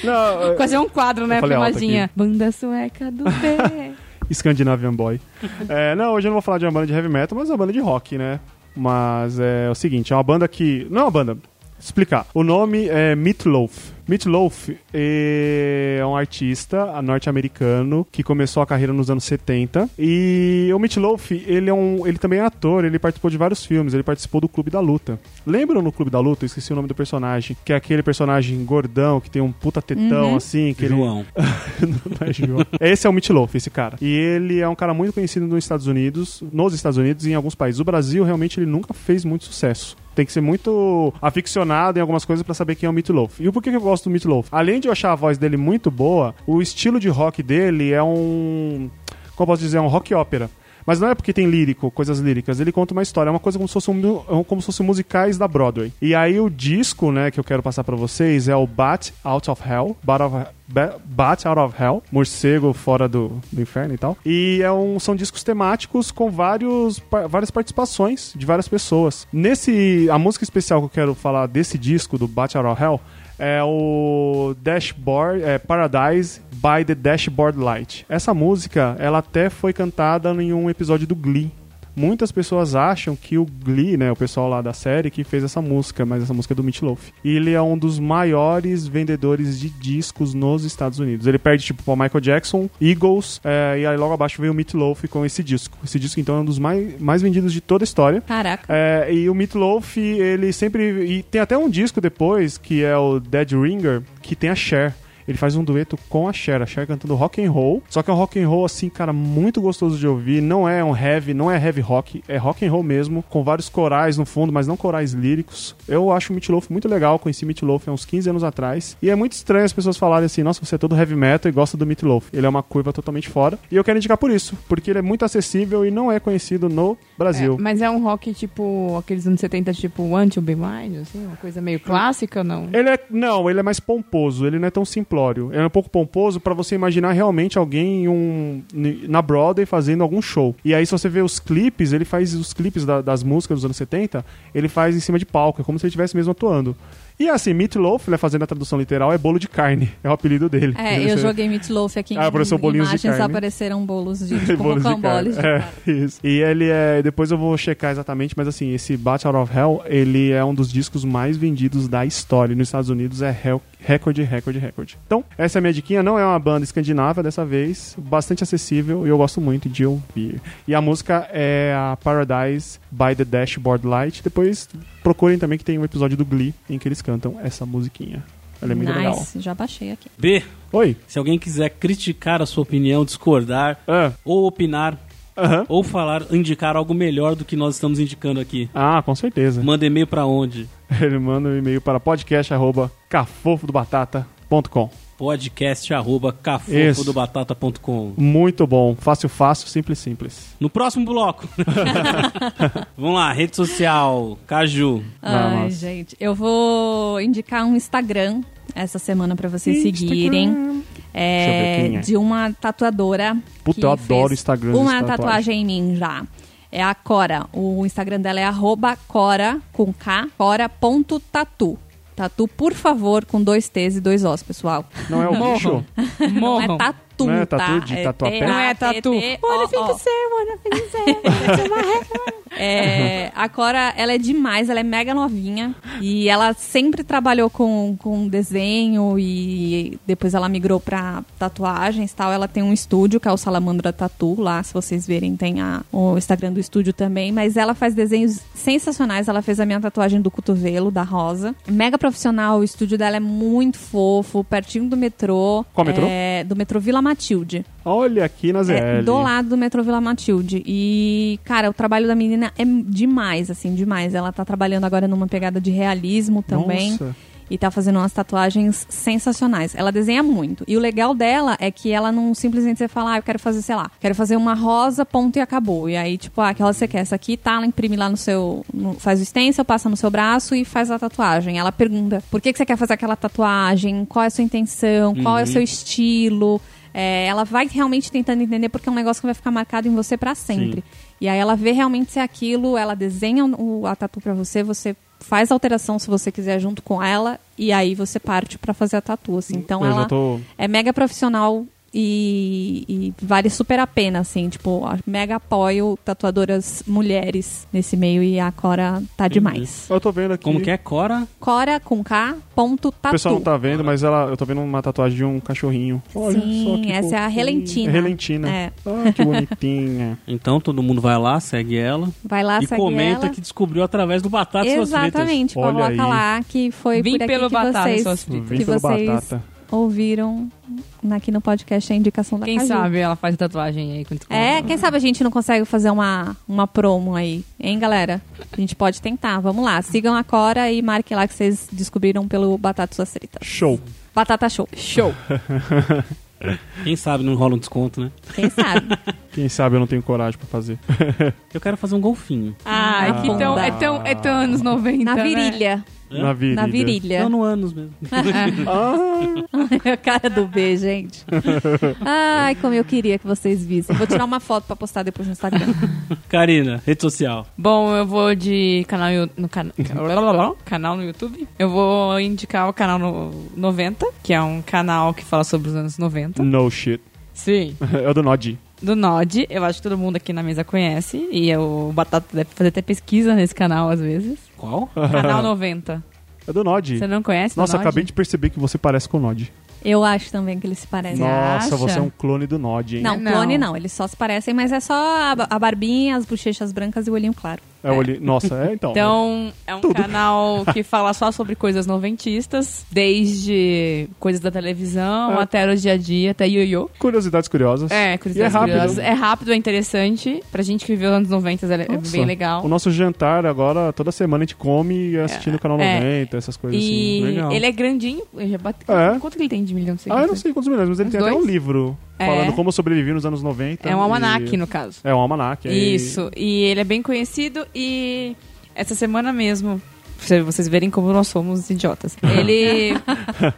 não, é, Fazer um quadro, né? falei alto Filmadinha. Banda sueca do pé. Scandinavian Boy. É, não, hoje eu não vou falar de uma banda de heavy metal, mas uma banda de rock, né? Mas é o seguinte, é uma banda que. Não é uma banda. explicar. O nome é Meatloaf. Meatloaf é um artista norte-americano que começou a carreira nos anos 70. E o Meatloaf, ele é um, ele também é ator, ele participou de vários filmes, ele participou do Clube da Luta. Lembram no Clube da Luta? Eu esqueci o nome do personagem, que é aquele personagem gordão que tem um puta tetão assim, que ele- João. Não é João. Esse é o Meatloaf, esse cara. E ele é um cara muito conhecido nos Estados Unidos, nos Estados Unidos e em alguns países. O Brasil, realmente, ele nunca fez muito sucesso. Tem que ser muito aficionado em algumas coisas pra saber quem é o Meatloaf. E o porquê que eu gosto do Meatloaf? Além de eu achar a voz dele muito boa, o estilo de rock dele é um... Como eu posso dizer? É um rock ópera. Mas não é porque tem lírico, coisas líricas. Ele conta uma história, é uma coisa como se fosse, um mu- é um- como se fosse musicais da Broadway. E aí o disco, né, que eu quero passar pra vocês é o Bat Out of Hell, Bat of, Ba- Bat Out of Hell, morcego fora do, do inferno e tal. E é um, são discos temáticos com vários, pa- várias participações de várias pessoas. Nesse a música especial que eu quero falar desse disco do Bat Out of Hell é o Dashboard é, Paradise by the Dashboard Light. Essa música, ela até foi cantada em um episódio do Glee. Muitas pessoas acham que o Glee, né, o pessoal lá da série que fez essa música, mas essa música é do Meatloaf. E ele é um dos maiores vendedores de discos nos Estados Unidos. Ele perde tipo para Michael Jackson, Eagles, eh, e aí logo abaixo veio o Meatloaf com esse disco. Esse disco então é um dos mais, mais vendidos de toda a história. Caraca. É, e o Meatloaf, ele sempre. E tem até um disco depois, que é o Dead Ringer, que tem a Cher. Ele faz um dueto com a Cher, a Cher cantando rock and roll. Só que é um rock and roll assim, cara, muito gostoso de ouvir. Não é um heavy, não é heavy rock, é rock and roll mesmo, com vários corais no fundo, mas não corais líricos. Eu acho o Meatloaf muito legal, conheci Meatloaf há uns 15 anos atrás. E é muito estranho as pessoas falarem assim: "Nossa, você é todo heavy metal e gosta do Meatloaf". Ele é uma curva totalmente fora. E eu quero indicar por isso, porque ele é muito acessível e não é conhecido no Brasil. É, mas é um rock tipo aqueles anos 70, tipo One to Be Mine, assim, uma coisa meio clássica ou não? Ele é, não, ele é mais pomposo, ele não é tão simplório. Ele é um pouco pomposo pra você imaginar realmente alguém em um, ni- na Broadway fazendo algum show. E aí, se você vê os clipes, ele faz os clipes da- das músicas dos anos 70, ele faz em cima de palco, é como se ele estivesse mesmo atuando. E assim, Meatloaf, ele é fazendo a tradução literal, é bolo de carne, *laughs* é o apelido dele. É, Ele eu é- joguei Meatloaf aqui em Ah, apareceu bolinhos de imagens, carne. apareceram bolos *laughs* de Tem tipo, bônus de rocamboles. cara. É, isso. E ele é. Depois eu vou checar exatamente, mas assim, esse Battle of Hell, ele é um dos discos mais vendidos da história. Nos Estados Unidos é hell- recorde, recorde, recorde. Então, essa é a minha diquinha. Não é uma banda escandinava dessa vez, bastante acessível e eu gosto muito de ouvir. E a música é a Paradise by the Dashboard Light. Depois procurem também que tem um episódio do Glee em que eles cantam essa musiquinha. Ela é muito legal. Nice, já baixei aqui. B, Oi. se alguém quiser criticar a sua opinião, discordar, Ah, ou opinar, aham. ou falar, indicar algo melhor do que nós estamos indicando aqui, Ah, com certeza. manda e-mail pra onde? *laughs* Ele manda um e-mail para podcast.cafofodobatata.com. podcast arroba Isso. cafofodobatata.com. Muito bom. Fácil, fácil, simples, simples. No próximo bloco. *laughs* Vamos lá, rede social, Caju. Vai, Ai, Márcia. gente, eu vou indicar um Instagram essa semana pra vocês seguirem. É, Deixa eu ver quem é. De uma tatuadora. Puta, que eu adoro fez Instagram de Uma tatuagem. tatuagem em mim já. É a Cora. O Instagram dela é arroba Cora com K, Cora.tatu. Tatu, por favor, com dois T's e dois O's, pessoal. Não é *laughs* o bicho? Não Morram. é tatu, Não é tá? tatu de tatuapé? T-A-T-T-O-O. Não é tatu. Olha, fica é, a Cora, ela é demais, ela é mega novinha e ela sempre trabalhou com, com desenho e depois ela migrou pra tatuagens e tal. Ela tem um estúdio que é o Salamandra Tatu lá, se vocês verem tem a- o Instagram do estúdio também, mas ela faz desenhos sensacionais. Ela fez a minha tatuagem do cotovelo, da Rosa. Mega profissional, o estúdio dela é muito fofo, pertinho do metrô. Qual metrô? É, do metrô Vila Matilde. Olha aqui na ZL. É, do lado do metrô Vila Matilde. E, cara, o trabalho da menina é demais, assim, demais. Ela tá trabalhando agora numa pegada de realismo também. Nossa. E tá fazendo umas tatuagens sensacionais. Ela desenha muito. E o legal dela é que ela não simplesmente você fala, ah, eu quero fazer, sei lá, quero fazer uma rosa, ponto e acabou. E aí, tipo, ah, que rosa você quer? Essa aqui tá, ela imprime lá no seu. no- faz o stencil, passa no seu braço e faz a tatuagem. Ela pergunta por que, que você quer fazer aquela tatuagem, qual é a sua intenção, qual é o seu estilo. É, ela vai realmente tentando entender porque é um negócio que vai ficar marcado em você pra sempre. E aí ela vê realmente se é aquilo, ela desenha o, a tatu pra você, você faz a alteração se você quiser junto com ela e aí você parte pra fazer a tatu. assim. Então Eu já ela tô- é mega profissional e, e vale super a pena, assim. Tipo, ó, mega apoio tatuadoras mulheres nesse meio e a Cora tá demais. Eu tô vendo aqui. Como que é? Cora? Cora com K, ponto O tatu. pessoal não tá vendo, mas ela, eu tô vendo uma tatuagem de um cachorrinho. Olha só Sim, que essa é a fofinho. Relentina. Relentina. É. Ah, que *laughs* bonitinha. Então todo mundo vai lá, segue ela Vai lá, e Ah, segue comenta ela. que descobriu através do Batata Suas Fritas. Exatamente, Olha coloca aí. lá que foi Vim por aqui pelo que Batata vocês Suas Fritas. Vim que pelo vocês Batata. ouviram aqui no podcast a indicação da Quem Caju. sabe ela faz tatuagem aí. quando- É, quem sabe a gente não consegue fazer uma, uma promo aí, hein, galera? A gente pode tentar, vamos lá. Sigam a Cora e marquem lá que vocês descobriram pelo Batata Suas Fritas. Show. Batata Show. Show. Quem sabe não rola um desconto, né? *laughs* Quem sabe? Quem sabe eu não tenho coragem pra fazer. Eu quero fazer um golfinho. Ah, Na que tão, bunda. é, tão, é tão anos 90. Na né? virilha. Na virilha. Na Não, virilha. no anos mesmo. *laughs* *laughs* a cara do *laughs* B, gente. Ai, como eu queria que vocês vissem. Vou tirar uma foto pra postar depois no Instagram. Karina, rede social. Bom, eu vou de canal Yo- no cana- canal no YouTube. Eu vou indicar o canal no 90, que é um canal que fala sobre os anos 90. No shit. *laughs* Sim. É o do Nod. Do Nod, eu acho que todo mundo aqui na mesa conhece e o Batata deve fazer até pesquisa nesse canal às vezes. Qual? Canal 90. É do Nod. Você não conhece? Nossa, do Nod? acabei de perceber que você parece com o Nod. Eu acho também que eles se parecem. Nossa, acha? você é um clone do Nod, hein? Não, Não. clone não. Eles só se parecem, mas é só a, a barbinha, as bochechas brancas e o olhinho claro. É o olhinho- Nossa, é então. Então, é um canal que fala só sobre coisas noventistas, desde coisas da televisão É. até o dia a dia, até ioiô. Curiosidades curiosas. É, curiosidades E é rápido. curiosas. É rápido, é interessante. Pra gente que viveu os anos 90, é Nossa, bem O legal. nosso jantar agora, toda semana a gente come assistindo o canal É. 90, essas coisas E assim. Legal. ele é grandinho. Ele já bate... É. Quanto que ele tem de milhão de Ah, eu seguidores? não sei quantos milhões, mas ele Uns tem até dois? um livro É. falando como sobrevivi nos anos 90. É um e- almanac, no caso. É um almanac. aí- Isso, e ele é bem conhecido e essa semana mesmo, pra vocês verem como nós somos *laughs* idiotas. Ele,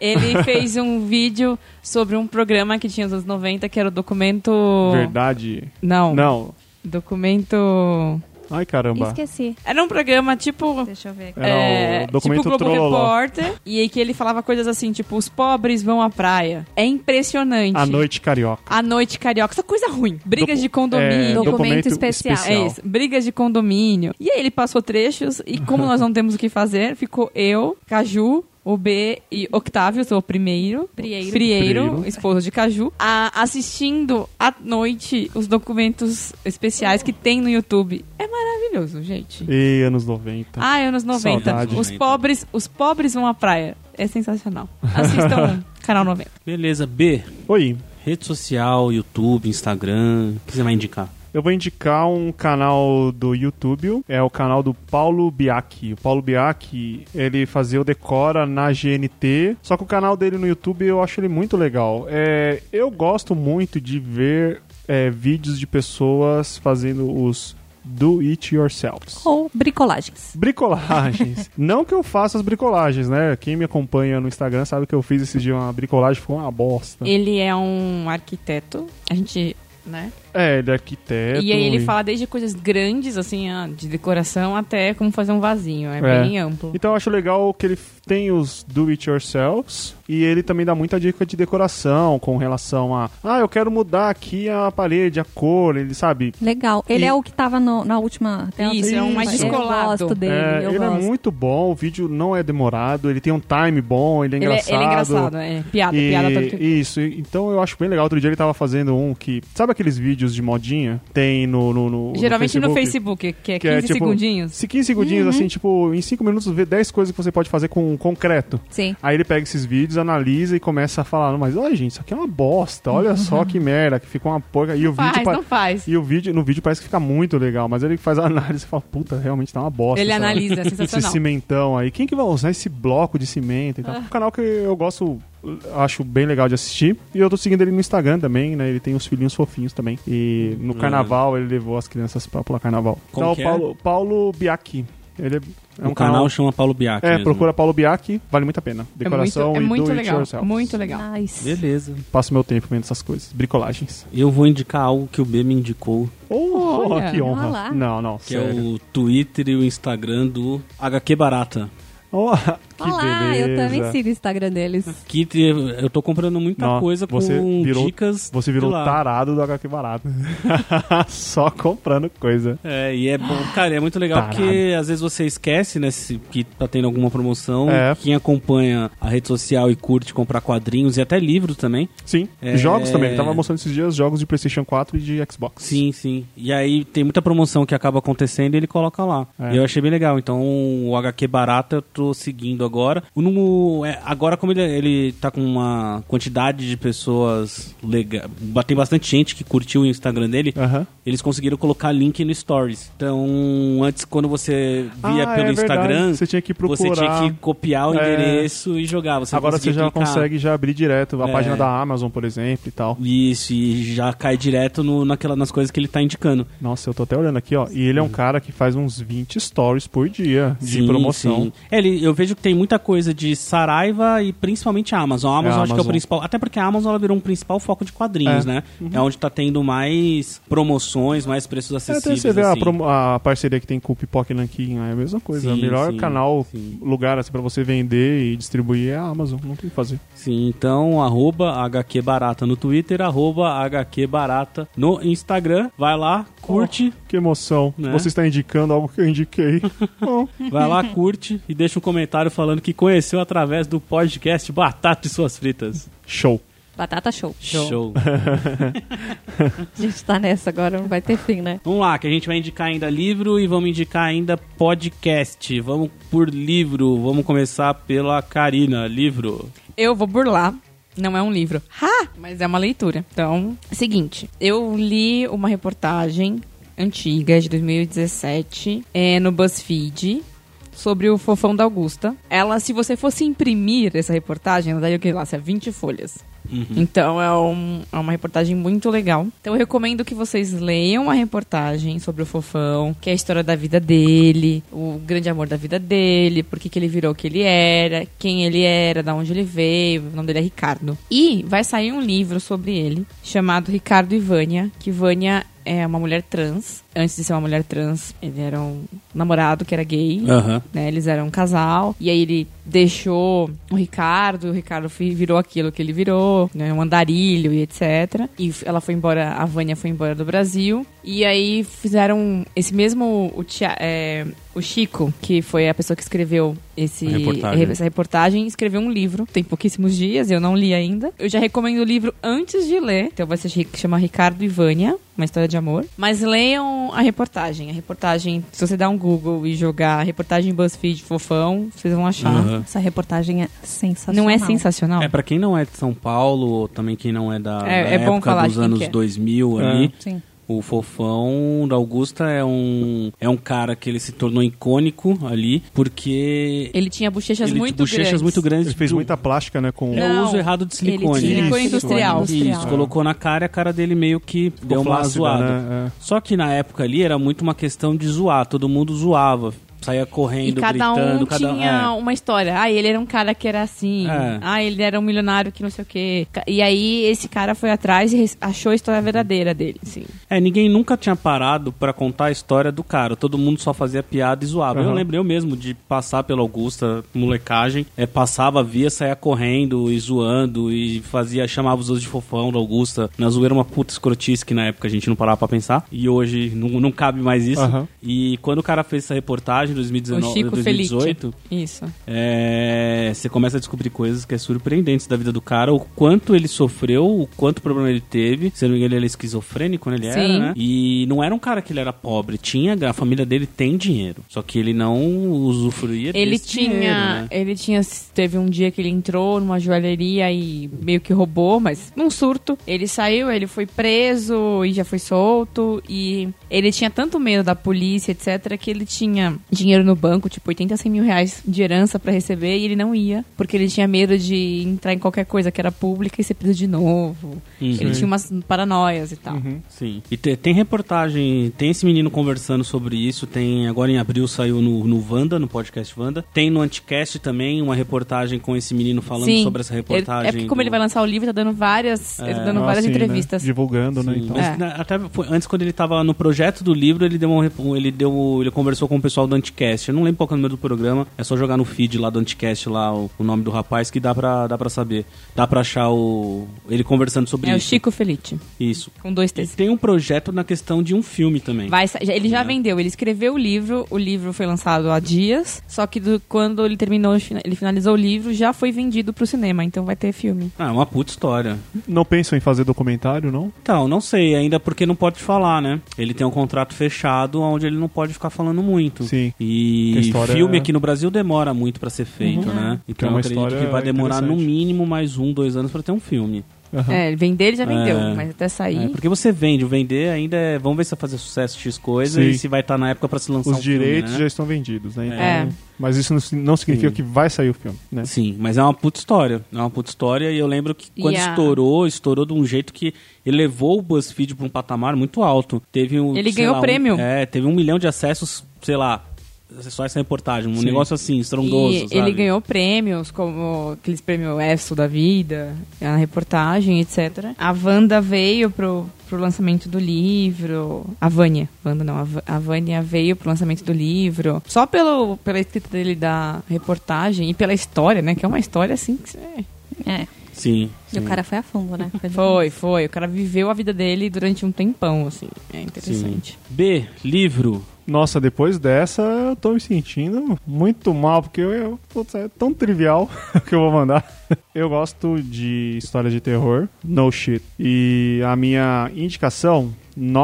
ele fez um vídeo sobre um programa que tinha nos anos 90, que era o documento... Verdade. Não, Não. documento... Ai, caramba. Esqueci. Era um programa tipo... Deixa eu ver. Era é, o documento tipo Globo Trololó. Repórter, e aí que ele falava coisas assim, tipo, os pobres vão à praia. É impressionante. A noite carioca. A noite carioca, essa coisa ruim. Brigas Docu- de condomínio. é, Documento especial. É isso, brigas de condomínio. E aí ele passou trechos, e como nós não temos o que fazer, ficou eu, Caju, o B e Octávio, sou o primeiro. Prieiro. Prieiro. esposo de Caju, a- assistindo à noite os documentos especiais que tem no YouTube. É maravilhoso, gente. E anos 90. Ah, anos 90. Saudade. Os pobres, os pobres vão à praia. É *laughs* sensacional. Assistam canal 90. Beleza, B. Oi. Rede social, YouTube, Instagram. O que você vai indicar? Eu vou indicar um canal do YouTube, é o canal do Paulo Biaki. O Paulo Biaki, ele fazia o Decora na GNT, só que o canal dele no YouTube eu acho ele muito legal. É, eu gosto muito de ver é, vídeos de pessoas fazendo os do it yourselves. Ou bricolagens. *laughs* Bricolagens. Não que eu faça as bricolagens, né? Quem me acompanha no Instagram sabe que eu fiz esse dia uma bricolagem, ficou uma bosta. Ele é um arquiteto. A gente, né? É, ele é arquiteto. E aí ele fala desde coisas grandes, assim, ah, de decoração, até como fazer um vasinho. É, É. bem amplo. Então eu acho legal que ele tem os do it yourselves e ele também dá muita dica de decoração com relação a, ah, eu quero mudar aqui a parede, a cor, ele sabe. Legal. Ele E- é o que tava no- na última. tem uma- Isso, é um mais Eu descolado. gosto dele. É, eu ele gosto. é muito bom, o vídeo não é demorado, ele tem um time bom, ele é Ele é, engraçado. ele é engraçado, é. Piada, E- piada toda que... Isso, e- então eu acho bem legal. Outro dia ele tava fazendo um que. Sabe aqueles vídeos de modinha? Tem no. no, no- no Geralmente no Facebook? Facebook, que é Que 15 é, tipo, segundinhos. Uhum. Se 15 segundinhos, assim, tipo, em 5 minutos vê 10 coisas que você pode fazer com concreto. Sim. Aí ele pega esses vídeos, analisa e começa a falar: "Não, mas olha, gente, isso aqui é uma bosta. *laughs* Olha só que merda, que fica uma porca. E o vídeo. Faz, pa- não faz. E o vídeo, no vídeo parece que fica muito legal, mas ele faz a análise e fala, puta, realmente tá uma bosta. Ele essa- analisa, é *laughs* Esse sensacional. cimentão aí. Quem que vai usar esse bloco de cimento e Ah. tal? Um canal que eu gosto, acho bem legal de assistir. E eu tô seguindo ele no Instagram também, né? Ele tem os filhinhos fofinhos também. E no carnaval ele levou as crianças pra pular carnaval. Hum. Como então, que é? Paulo, Paulo Biaki. Ele é, é o um canal, canal chama Paulo Biak. é, mesmo. procura Paulo Biak, vale muito a pena. É muito, Decoração é muito e do legal. it yourself. Muito legal. Nice. Beleza. Passo meu tempo vendo essas coisas, bricolagens. Eu vou indicar algo que o B me indicou, Oh, Olha, *laughs* que olha honra. lá. Não, não, que sério. é o Twitter e o Instagram do HQ Barata. Oh, Que Olá, eu beleza. também sigo o Instagram deles. Que te- eu tô comprando muita Não, coisa com você virou- dicas. Você virou de lá. tarado do HQ barato. *laughs* Só comprando coisa. É, e é bom, cara, é muito legal Tarado. porque às vezes você esquece, né, se, que tá tendo alguma promoção. É. Quem acompanha a rede social e curte comprar quadrinhos e até livros também. Sim. É. Jogos também. Tava mostrando esses dias jogos de PlayStation 4 e de Xbox. Sim, sim. E aí tem muita promoção que acaba acontecendo e ele coloca lá. É. E eu achei bem legal. Então o HQ barata eu tô seguindo agora. O número, é, agora como ele, ele tá com uma quantidade de pessoas legal, ba- tem bastante gente que curtiu o Instagram dele. Aham. Eles conseguiram colocar link no Stories. Então, antes, quando você via Ah, é pelo verdade. Instagram, Você tinha que você procurar. tinha que copiar o É. endereço e jogar. Você não Agora você conseguia já clicar. consegue já abrir direto a É. página da Amazon, por exemplo, e tal. Isso, e já cai direto no, naquela, nas coisas que ele tá indicando. Nossa, eu tô até olhando aqui, ó. E ele é um cara que faz uns 20 stories por dia de Sim, promoção. sim. É, ele- eu vejo que tem muita coisa de Saraiva e principalmente a Amazon. A Amazon a acho que é o Amazon. principal. Até porque a Amazon ela virou um principal foco de quadrinhos, É. né? É onde tá tendo mais promoções, mais preços É, até acessíveis. você vê a assim. promo- a, parceria que tem com o Pipoca e Nanquim, é a mesma coisa. Sim, o melhor sim, canal, sim. lugar assim, pra você vender e distribuir é a Amazon. Não tem o que fazer. Sim, então, arroba HQ Barata no Twitter, arroba HQ Barata no Instagram. Vai lá, curte, Que emoção. Né? Você está indicando algo que eu *laughs* indiquei. Bom, vai lá, curte e deixa um comentário falando que conheceu através do podcast Batata e Suas Fritas. show. Batata show. Show. A gente tá nessa agora, não vai ter fim, né? Vamos lá, que a gente vai indicar ainda livro e vamos indicar ainda podcast. Vamos por livro, vamos começar pela Karina, livro. Eu vou burlar. Não é um livro. Ha! Mas é uma leitura. Então, seguinte. Eu li uma reportagem antiga, de 2017, é, no BuzzFeed, sobre o Fofão da Augusta. Ela, se você fosse imprimir essa reportagem, ela daria o que lá? se é 20 folhas. Então é, um- é uma reportagem muito legal. Então eu recomendo que vocês leiam a reportagem sobre o Fofão, que é a história da vida dele, o grande amor da vida dele, por que que ele virou o que ele era, quem ele era, da onde ele veio, o nome dele é Ricardo. E vai sair um livro sobre ele, chamado Ricardo e Vânia, que Vânia é uma mulher trans. Antes de ser uma mulher trans, ele era um namorado que era gay Aham. né? Eles eram um casal. E aí ele deixou o Ricardo, o Ricardo fi- virou aquilo que ele virou, né? Um andarilho e etc. E f- ela foi embora, a Vânia foi embora do Brasil. E aí fizeram esse mesmo. O, Tia- é, o Chico, que foi a pessoa que escreveu esse, A reportagem. essa reportagem, escreveu um livro. Tem pouquíssimos dias, eu não li ainda. Eu já recomendo o livro antes de ler. Então vai se chi- chamar Ricardo e Vânia, uma história de amor. Mas leiam a reportagem. A reportagem, se você dar um Google e jogar reportagem BuzzFeed fofão, vocês vão achar. Uhum. Essa reportagem é sensacional. Não é sensacional? É, pra quem não é de São Paulo, ou também quem não é da, É, da é bom época falar de dos quem anos que é. 2000 ali, Sim. o Fofão da Augusta é um, é um cara que ele se tornou icônico ali, porque Ele tinha bochechas ele muito bochechas grandes. muito grandes. Ele fez do- muita plástica, né? Com... É o Não, uso errado de ele silicone. tinha silicone Isso. é. industrial. industrial. Isso, colocou na cara e a cara dele meio que deu uma flácida, zoada. né? É. Só que na época ali era muito uma questão de zoar, todo mundo zoava, saía E correndo, cada gritando, um cada tinha é. uma história. Ah, ele era um cara que era assim. É. Ah, ele era um milionário que não sei o quê. Ca- E aí esse cara foi atrás e res- achou a história verdadeira dele, assim. sim. É, ninguém nunca tinha parado pra contar a história do cara. Todo mundo só fazia piada e zoava. Eu Aham. lembro eu mesmo de passar pela Augusta, molecagem, é, passava, via, saía correndo e zoando e fazia, chamava os outros de fofão da Augusta. Na zoeira é uma puta escrotice que na época a gente não parava pra pensar. E hoje não, não cabe mais isso. Aham. E quando o cara fez essa reportagem O em 2019, Chico Felice. 2018, Isso. É, você começa a descobrir coisas que é surpreendentes da vida do cara, o quanto ele sofreu, o quanto problema ele teve. Se eu não me engano, ele era esquizofrênico, né? Ele era, Sim. né? E não era um cara que ele era pobre, tinha, a família dele tem dinheiro. Só que ele não usufruía Ele desse tinha, dinheiro, né? ele tinha, teve um dia que ele entrou numa joalheria e meio que roubou, mas num surto. Ele saiu, ele foi preso e já foi solto e ele tinha tanto medo da polícia, etc, que ele tinha dinheiro no banco, tipo 80, 100 mil reais de herança pra receber e ele não ia, porque ele tinha medo de entrar em qualquer coisa que era pública e ser preso de novo. Uhum. Ele tinha umas paranoias e tal. Sim. E te- tem reportagem, tem esse menino conversando sobre isso, tem agora em abril saiu no, no Wanda, no podcast Wanda. Tem no Anticast também uma reportagem com esse menino falando Sim. sobre essa Ele- reportagem. é porque como do- É, ele vai lançar o livro, tá dando várias, ele tá dando Ah, várias sim, né? entrevistas. Divulgando, né? Sim, Então. mas É. um na- até foi- antes, quando ele tava no projeto do livro, ele deu, uma rep- ele deu. Ele conversou com o pessoal do Anti Anticast. Eu não lembro qual que é o número do programa. É só jogar no feed lá do Anticast lá o, o nome do rapaz que dá pra, dá pra saber. Dá pra achar o ele conversando sobre É o isso. Chico Felite, Isso. com dois E T's. tem um projeto na questão de um filme também. Vai sa- já- ele já É. vendeu, ele escreveu o livro, o livro foi lançado há dias, só que do- quando ele terminou, ele finalizou o livro, já foi vendido pro cinema, então vai ter filme. Ah, é uma puta história. Não pensam em fazer documentário, não? Então, não sei, ainda porque não pode falar, né? Ele tem um contrato fechado onde ele não pode ficar falando muito. Sim. Que a E história filme é- aqui no Brasil demora muito pra ser feito, né? Então é uma eu acredito história que vai demorar no interessante. mínimo mais um, dois anos pra ter um filme. Aham. É, ele vender ele já vendeu, É. mas até É, sair. porque você vende, o vender ainda é. Vamos ver se vai fazer sucesso X coisa Sim. e se vai estar na época pra se lançar um Os filme, direitos né? já estão vendidos, né? É. Então, Mas isso não, não significa Sim. que vai sair o filme, né? Sim, mas é uma puta história. É uma puta história e eu lembro que E quando a- estourou, estourou de um jeito que elevou o BuzzFeed pra um patamar muito alto. Teve um, Ele sei ganhou lá, um- prêmio. é, teve um milhão de acessos, sei lá, só essa reportagem. Um Sim. negócio assim, estrondoso, E sabe? ele ganhou prêmios, como aqueles prêmios ESSO da vida, a reportagem, etc. A Wanda veio pro, pro lançamento do livro. A Vânia. Wanda não, a Va- a Vânia veio pro lançamento do livro. Só pelo, pela escrita dele da reportagem e pela história, né? Que é uma história assim que você... É. Sim. E o cara foi a fundo, né? Foi, foi. O cara viveu a vida dele durante um tempão, assim. É interessante. B, livro. Nossa, depois dessa eu tô me sentindo muito mal, porque eu, eu- putz, é tão trivial *laughs* o que eu vou mandar. Eu gosto de histórias de terror, no shit. E a minha indicação,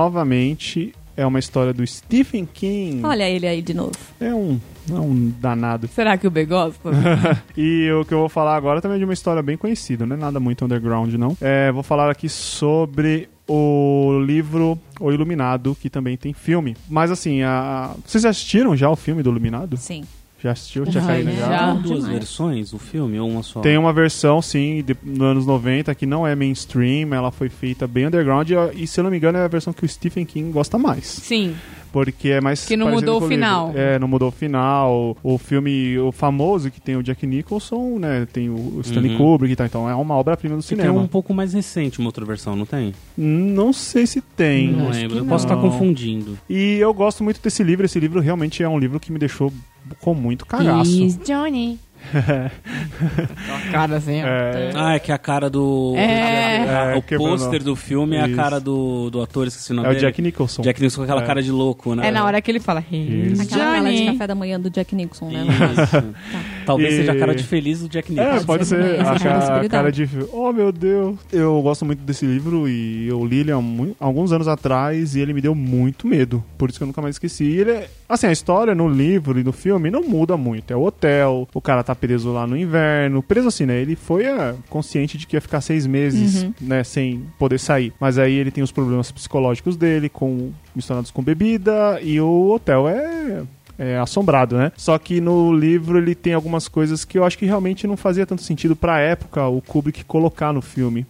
novamente, é uma história do Stephen King. Olha ele aí de novo. É um, é um danado. Será que o B gosta? *laughs* E o que eu vou falar agora também é de uma história bem conhecida, não é nada muito underground, não. É, vou falar aqui sobre o livro O Iluminado, que também tem filme. Mas assim, a... vocês já assistiram já o filme do Iluminado? Sim. Já assistiu, Tia Ai, Karina? já. né? Já. Ah, Duas demais. versões, o filme ou uma só? Tem uma versão, sim, de, nos anos 90, que não é mainstream, ela foi feita bem underground, e, e, se eu não me engano é a versão que o Stephen King gosta mais. Sim. Porque é mais. Que não parecido mudou com o livro. final. É, não mudou o final. O filme, o famoso que tem o Jack Nicholson, né? Tem o Stanley Uhum. Kubrick e tal. Então é uma obra-prima do E tem cinema. um pouco mais recente, uma outra versão, não tem? Não sei se tem. não acho lembro. que Eu posso estar não. confundindo. E eu gosto muito desse livro. Esse livro realmente é um livro que me deixou com muito cagaço. He's *laughs* Johnny. Aquela cara assim, ó. É. Ah, é que a cara do. É. É, o quebrou, não. pôster do filme é a Isso. cara do, do ator, esqueci o nome É o dele. Jack Nicholson. Jack Nicholson com aquela É. cara de louco, né? É na hora que ele fala He's He's Aquela fala de Johnny. café da manhã do Jack Nixon, né? Isso. *laughs* Talvez E- seja a cara de feliz do Jack É, Nicholson. pode, ser. também, A essa é uma cara, a possibilidade. cara de. Oh, meu Deus. Eu gosto muito desse livro e eu li ele há mu- alguns anos atrás e ele me deu muito medo. Por isso que eu nunca mais esqueci. E ele é- Assim, a história no livro e no filme não muda muito. É o hotel, o cara tá preso lá no inverno. Preso assim, né? Ele foi ah, consciente de que ia ficar seis meses, Uhum. né? Sem poder sair. Mas aí ele tem os problemas psicológicos dele, com misturados com bebida. E o hotel é é, assombrado, né? Só que no livro ele tem algumas coisas que eu acho que realmente não fazia tanto sentido pra época o Kubrick colocar no filme.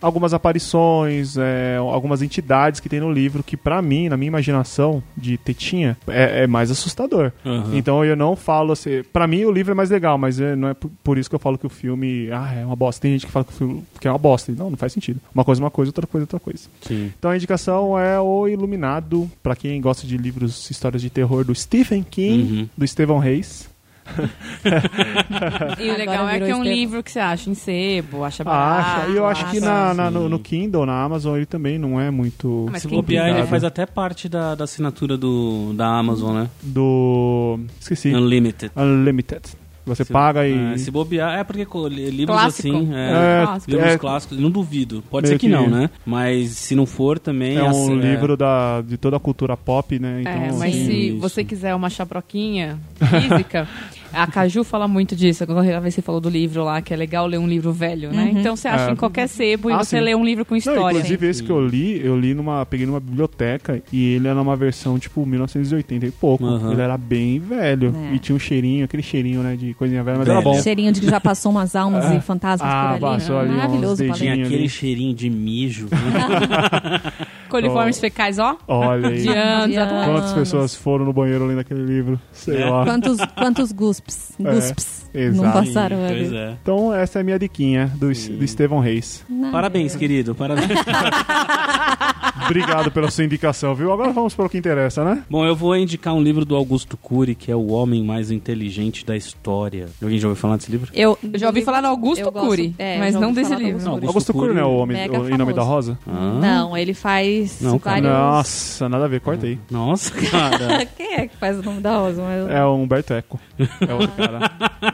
Algumas aparições, é, algumas entidades que tem no livro que pra mim, na minha imaginação de tetinha, é, é mais assustador. Aham. Então eu não falo assim. Pra mim o livro é mais legal, mas é, não é por, por isso que eu falo que o filme ah, é uma bosta. Tem gente que fala que o filme que é uma bosta. Não, não faz sentido. Uma coisa é uma coisa, outra coisa é outra coisa. Sim. Então a indicação é O Iluminado, pra quem gosta de livros, histórias de terror do Stephen King, Uhum. do Estevão Reis. E o Agora legal é virou que é um Esteban. livro que você acha em sebo, acha Ah, barato. e eu acho que na, sim. na- no, no Kindle, na Amazon, ele também não é muito Ah, Mas Se quem bobear, cuidado. ele faz até parte da, da assinatura do, da Amazon, né? do. Esqueci. Unlimited. Unlimited. Você Se- paga é, e. se bobear, é porque co- li- livros Clássico. assim. É, É, Clássico. livros é- clássicos, não duvido. Pode Meio ser que, que- não, né? Mas se não for também. é assim, um livro Da, de toda a cultura pop, né? Então, É, mas assim, se isso. você quiser uma chaproquinha física, a Caju fala muito disso. Quando vez você falou do livro lá, que é legal ler um livro velho, né? Uhum. Então você acha É. em qualquer sebo e Ah, você sim. lê um livro com Não, história. inclusive esse que eu li, eu li numa, peguei numa biblioteca e ele era uma versão tipo 1980 e pouco. Aham. Ele era bem velho É. e tinha um cheirinho, aquele cheirinho, né, de coisinha velha, mas era Velho. bom. Cheirinho de que já passou umas almas e fantasmas Ah, por ali. passou né? ali uns Maravilhoso pra dedinhos. ler. Tinha aquele ali. cheirinho de mijo. Coliformes Oh. fecais, ó. Olha aí. De anos De atrás. Quantas anos. pessoas foram no banheiro lendo aquele livro? Sei É. lá. Quantos, quantos gusps, É, gusps não exato. passaram Pois ali. é. Então essa é a minha diquinha do, do Estevão Reis. *laughs* Não. Parabéns, querido. Parabéns. Obrigado pela sua indicação, viu? Agora vamos para o que interessa, né? Bom, eu vou indicar um livro do Augusto Cury, que é O Homem Mais Inteligente da História. Alguém já ouviu falar desse livro? Eu, Eu já ouvi falar no Augusto Eu gosto- Cury, é, mas já não ouvi desse falar do livro. Augusto Augusto Augusto Cury Cury. não é o homem Mega o- em nome da famoso. Rosa? Ah, Não, ele faz Não, cara. vários... Nossa, nada a ver, corta aí. *laughs* Nossa, cara. Quem é que faz o nome da Rosa? Mas eu- É o Humberto Eco. É outro cara.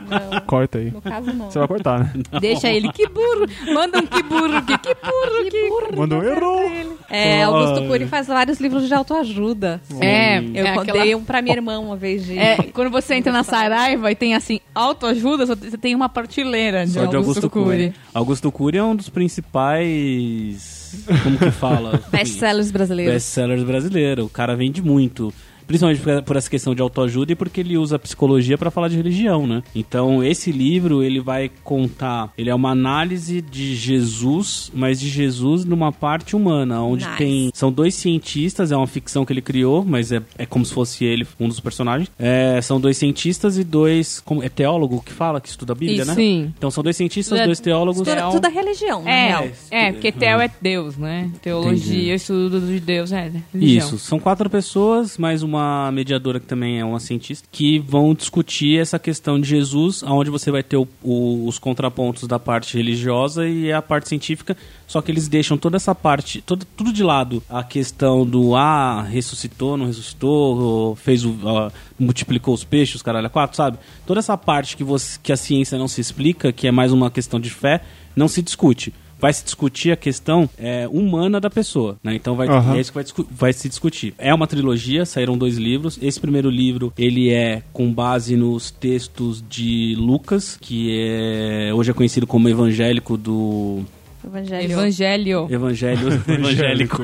não, Corta aí. no caso não. Você vai cortar, né? Deixa ele, que burro! Manda um que burro aqui, que burro que burro! Mandou um erro. É, Augusto Cury faz vários livros de autoajuda. É, Eu é dei um pra minha irmã uma vez de... É, quando você entra na Saraiva e tem assim, autoajuda, só- você tem uma prateleira de, Só de Augusto Cury. Augusto Cury é um dos principais. Como que fala? Best-sellers brasileiros. Best-sellers brasileiro. O cara vende muito. Principalmente por- por essa questão de autoajuda e porque ele usa a psicologia pra falar de religião, né? Então, esse livro, ele vai contar... Ele é uma análise de Jesus, mas de Jesus numa parte humana, onde Nice. tem... São dois cientistas, é uma ficção que ele criou, mas é, é como se fosse ele um dos personagens. É, são dois cientistas e dois... Como, é teólogo que fala, que estuda a Bíblia, Isso, né? sim. Então, são dois cientistas, Estuda- dois teólogos... estuda- Tudo, tudo a religião, né? na real. É, é, porque Teo é Deus, né? Teologia, Entendi. estudo de Deus, é. né? Religião. Isso, são quatro pessoas, mais uma mediadora que também é uma cientista, que vão discutir essa questão de Jesus, onde você vai ter o- o- os contrapontos da parte religiosa e a parte científica, só que eles deixam toda essa parte, todo, tudo de lado. A questão do, ah, ressuscitou, não ressuscitou, fez o, ah, multiplicou os peixes, caralho, a quatro, sabe? Toda essa parte que, você, que a ciência não se explica, que é mais uma questão de fé, não se discute. Vai se discutir a questão é, humana da pessoa, né? Então vai, Aham. é isso que vai, discu- vai se discutir. É uma trilogia, saíram dois livros. Esse primeiro livro, ele é com base nos textos de Lucas, que é, hoje é conhecido como evangélico do... Evangelho. Evangelho. Evangelho... *laughs* evangélico.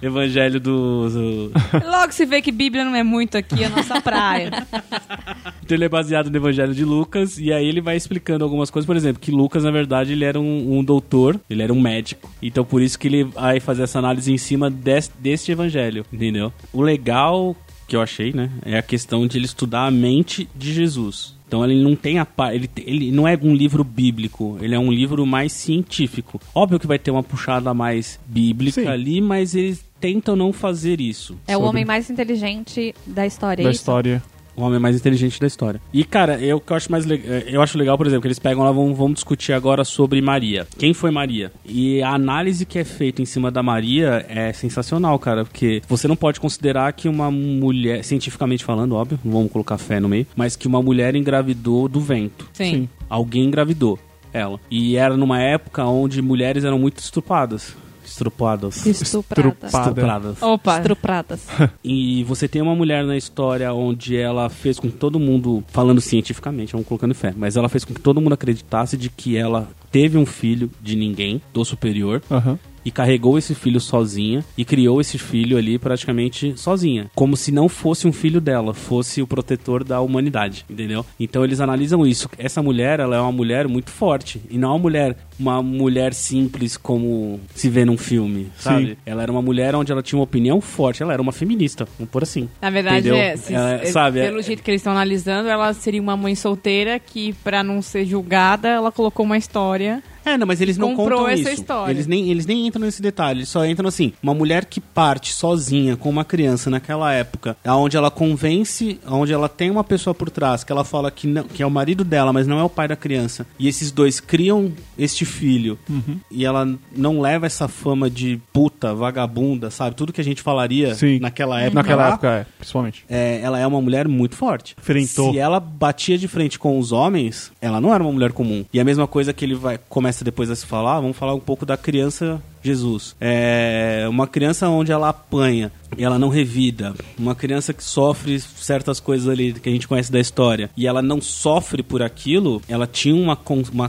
Evangelho do... do- Logo se vê que Bíblia não é muito aqui a nossa praia. Então ele é baseado no Evangelho de Lucas, e aí ele vai explicando algumas coisas, por exemplo, que Lucas, na verdade, ele era um, um doutor, ele era um médico. Então por isso que ele vai fazer essa análise em cima des- deste evangelho, entendeu? O legal que eu achei, né, é a questão de ele estudar a mente de Jesus. Então ele não tem a pa- ele, te- ele não é um livro bíblico, ele é um livro mais científico. Óbvio que vai ter uma puxada mais bíblica Sim. ali, mas eles tentam não fazer isso. É o Sobre- homem mais inteligente da história. É Da isso? história. O homem mais inteligente da história. E, cara, eu que eu acho mais le- eh, Eu acho legal, por exemplo, que eles pegam lá, vão, vão discutir agora sobre Maria. Quem foi Maria? E a análise que é feita em cima da Maria é sensacional, cara. Porque você não pode considerar que uma mulher, cientificamente falando, óbvio, não vamos colocar fé no meio, mas que uma mulher engravidou do vento. *laughs* Sim. Alguém engravidou ela. E era numa época onde mulheres eram muito estrupadas. Estrupadas. Estupradas. Estrupada. Estrupadas. Opa. *laughs* Estrupradas. E você tem uma mulher na história onde ela fez com que todo mundo, falando cientificamente, não colocando fé, mas ela fez com que todo mundo acreditasse de que ela teve um filho de ninguém, do superior, Aham. e carregou esse filho sozinha e criou esse filho ali praticamente sozinha, como se não fosse um filho dela, fosse o protetor da humanidade, entendeu? Então eles analisam isso. Essa mulher, ela é uma mulher muito forte e não é uma mulher, uma mulher simples como se vê num filme, sabe? Ela era uma mulher onde ela tinha uma opinião forte, ela era uma feminista, vamos por assim. Na verdade, entendeu? é, se- Ela- é, sabe, é- pelo jeito que eles estão analisando, ela seria uma mãe solteira que, pra não ser julgada, ela colocou uma história. É, não, mas eles não Comprou contam essa isso. história. Eles nem, eles nem entram nesse detalhe, eles só entram assim, uma mulher que parte sozinha com uma criança naquela época, aonde ela convence, aonde ela tem uma pessoa por trás, que ela fala que não, que é o marido dela, mas não é o pai da criança, e esses dois criam este filho, Uhum. e ela não leva essa fama de puta, vagabunda, sabe? Tudo que a gente falaria Sim. Uhum. naquela época. É, né? Naquela lá, época, é, principalmente. é, ela é uma mulher muito forte. Enfrentou. Se ela batia de frente com os homens, ela não era uma mulher comum. E a mesma coisa que ele vai começa depois a se falar, vamos falar um pouco da criança Jesus. É uma criança onde ela apanha e ela não revida. Uma criança que sofre certas coisas ali que a gente conhece da história e ela não sofre por aquilo, ela tinha uma, con- uma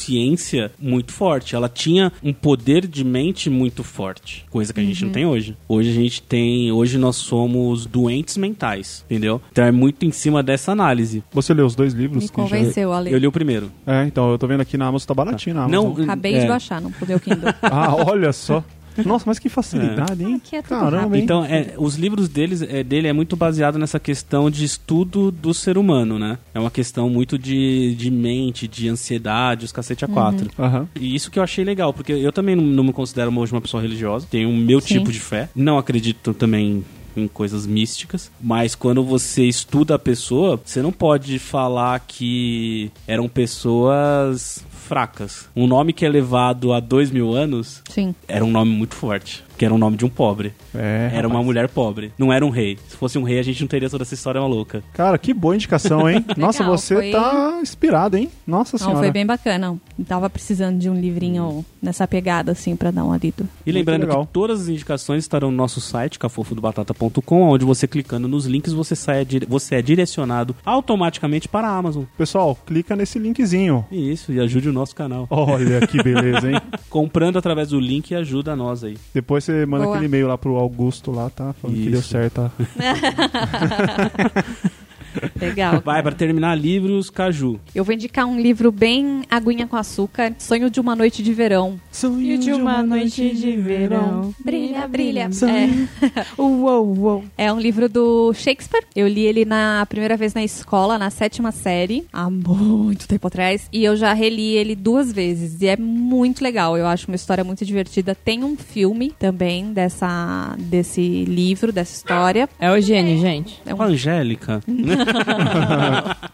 consciência muito forte. Ela tinha um poder de mente muito forte. Coisa que a Uhum. gente não tem hoje. Hoje a gente tem. Hoje nós somos doentes mentais, entendeu? Então é muito em cima dessa análise. Você leu os dois livros? Me que já- convenceu, Ale. Eu li o primeiro. É, então, eu tô vendo aqui na Amazon, tá baratinho na Amazon. Não, Acabei *laughs* é, de baixar, não pude o Kindle. Ah, olha só. *laughs* Nossa, mas que facilidade, hein? Aqui é tudo Caramba, hein? Então, é, os livros deles, é, dele é muito baseado nessa questão de estudo do ser humano, né? É uma questão muito de, de mente, de ansiedade, os cacete a quatro. Uhum. Aham. E isso que eu achei legal, porque eu também não, não me considero hoje uma pessoa religiosa, tenho o meu Sim. tipo de fé, não acredito também em coisas místicas, mas quando você estuda a pessoa, você não pode falar que eram pessoas fracas. Um nome que é levado há dois mil anos Sim. era um nome muito forte, que era um nome de um pobre. É, Era uma rapaz. mulher pobre, não era um rei. Se fosse um rei, a gente não teria toda essa história maluca. Cara, que boa indicação, *laughs* hein? Nossa, Legal, você foi- tá inspirado, hein? Nossa Não, senhora. Hum. foi bem bacana. Tava precisando de um livrinho nessa pegada, assim, pra dar uma lida. E Muito lembrando legal. que todas as indicações estarão no nosso site, cafofodobatata.com, onde você clicando nos links, você, sai, dire- você é direcionado automaticamente para a Amazon. Pessoal, clica nesse linkzinho. E isso, e ajude o nosso canal. Olha que *laughs* beleza, hein? Comprando através do link ajuda a nós aí. Depois você manda Boa. aquele e-mail lá pro Augusto lá, tá? Falando que Isso. deu certo. tá? *laughs* Legal. Vai, para terminar, livros Caju. Eu vou indicar um livro bem aguinha com açúcar, Sonho de uma Noite de Verão. E de uma noite de verão. Brilha, brilha. Uou, uou. É, é um livro do Shakespeare. Eu li ele na primeira vez na escola, na sétima série, há muito tempo atrás. E eu já reli ele duas vezes. E é muito legal. Eu acho uma história muito divertida. Tem um filme também dessa, desse livro, dessa história. É o gênio, gente. É um Então. Com a Angélica.